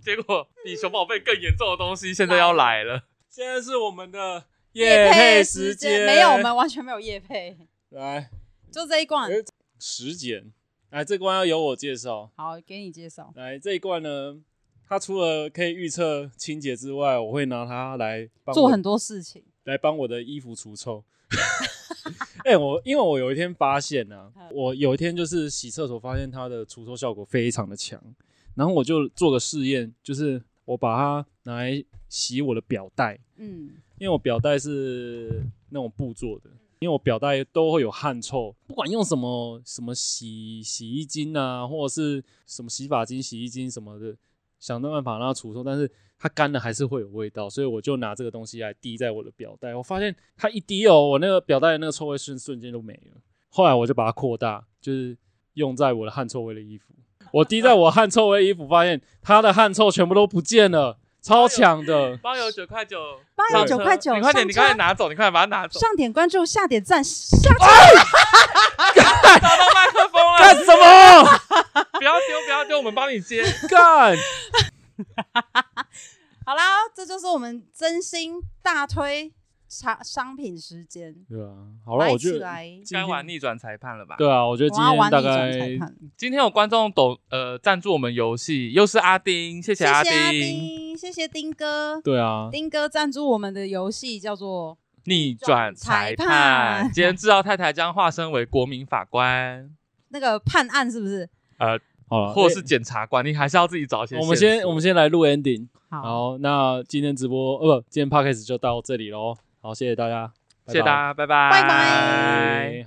S2: 结果比熊宝贝更严重的东西现在要来 了。
S3: 现在是我们的
S1: 夜
S3: 夜配
S1: 时
S3: 时间，
S1: 没有，我们完全没有夜配，
S3: 来
S1: 就这一罐。
S3: 哎时间，来这关要由我介绍。
S1: 好，给你介绍。
S3: 来这一罐呢，它除了可以预测清洁之外，我会拿它来帮
S1: 做
S3: 我
S1: 很多事情，
S3: 来帮我的衣服除臭。 哎、我因为我有一天发现呢、啊，我有一天就是洗厕所，发现它的除臭效果非常的强，然后我就做个试验，就是我把它拿来洗我的表带，
S1: 嗯，
S3: 因为我表带是那种布做的，因为我表带都会有汗臭，不管用什么什么洗洗衣精啊，或者是什么洗发精、洗衣精什么的，想办法让它除臭，但是它干了还是会有味道，所以我就拿这个东西来滴在我的表带，我发现它一滴哦，我那个表带的那个臭味瞬瞬间就没了。后来我就把它扩大，就是用在我的汗臭味的衣服，我滴在我汗臭味的衣服，发现它的汗臭全部都不见了，超强的。
S2: 包邮九块九，
S1: 包
S3: 邮
S2: 上车
S1: 9.9
S2: 你快点，
S1: 上
S2: 你快
S1: 车
S2: 点拿走，你快点把它拿走，
S1: 上点关注，下点赞，下去
S2: 找到麦克风
S3: 干
S2: 了，
S3: 什么？
S2: 不要丢，不要丢，我们帮你 接。
S3: 干！
S1: 好啦，这就是我们真心大推商商品时间。
S3: 对啊，好了，我
S1: 来起
S3: 觉得
S1: 来
S3: 今
S2: 该
S3: 天
S2: 玩逆转裁判了吧？
S3: 对啊，我觉得今
S1: 我要玩
S3: 天
S1: 逆
S3: 大
S1: 转
S3: 概
S1: 裁判，
S2: 今天有观众抖呃赞助我们游戏，又是阿丁，谢
S1: 谢
S2: 阿
S1: 谢阿丁，谢谢丁哥，
S3: 对啊，
S1: 丁哥赞助我们的游戏叫做
S2: 逆转裁
S1: 逆转裁
S2: 判
S1: 判。
S2: 今天制造太太将化身为国民法官，
S1: 那个判案，是不是？
S2: 呃，
S3: 好了，
S2: 或是检察官，你还是要自己找一些线
S3: 欸
S2: 索。
S3: 我们先我们先来录 ending，
S1: 好，
S3: 好，那今天直播呃不，今天 podcast 就到这里喽，好，谢谢大家，
S2: 谢谢大
S3: 家。
S2: 家，拜拜，
S1: 拜拜
S3: 拜拜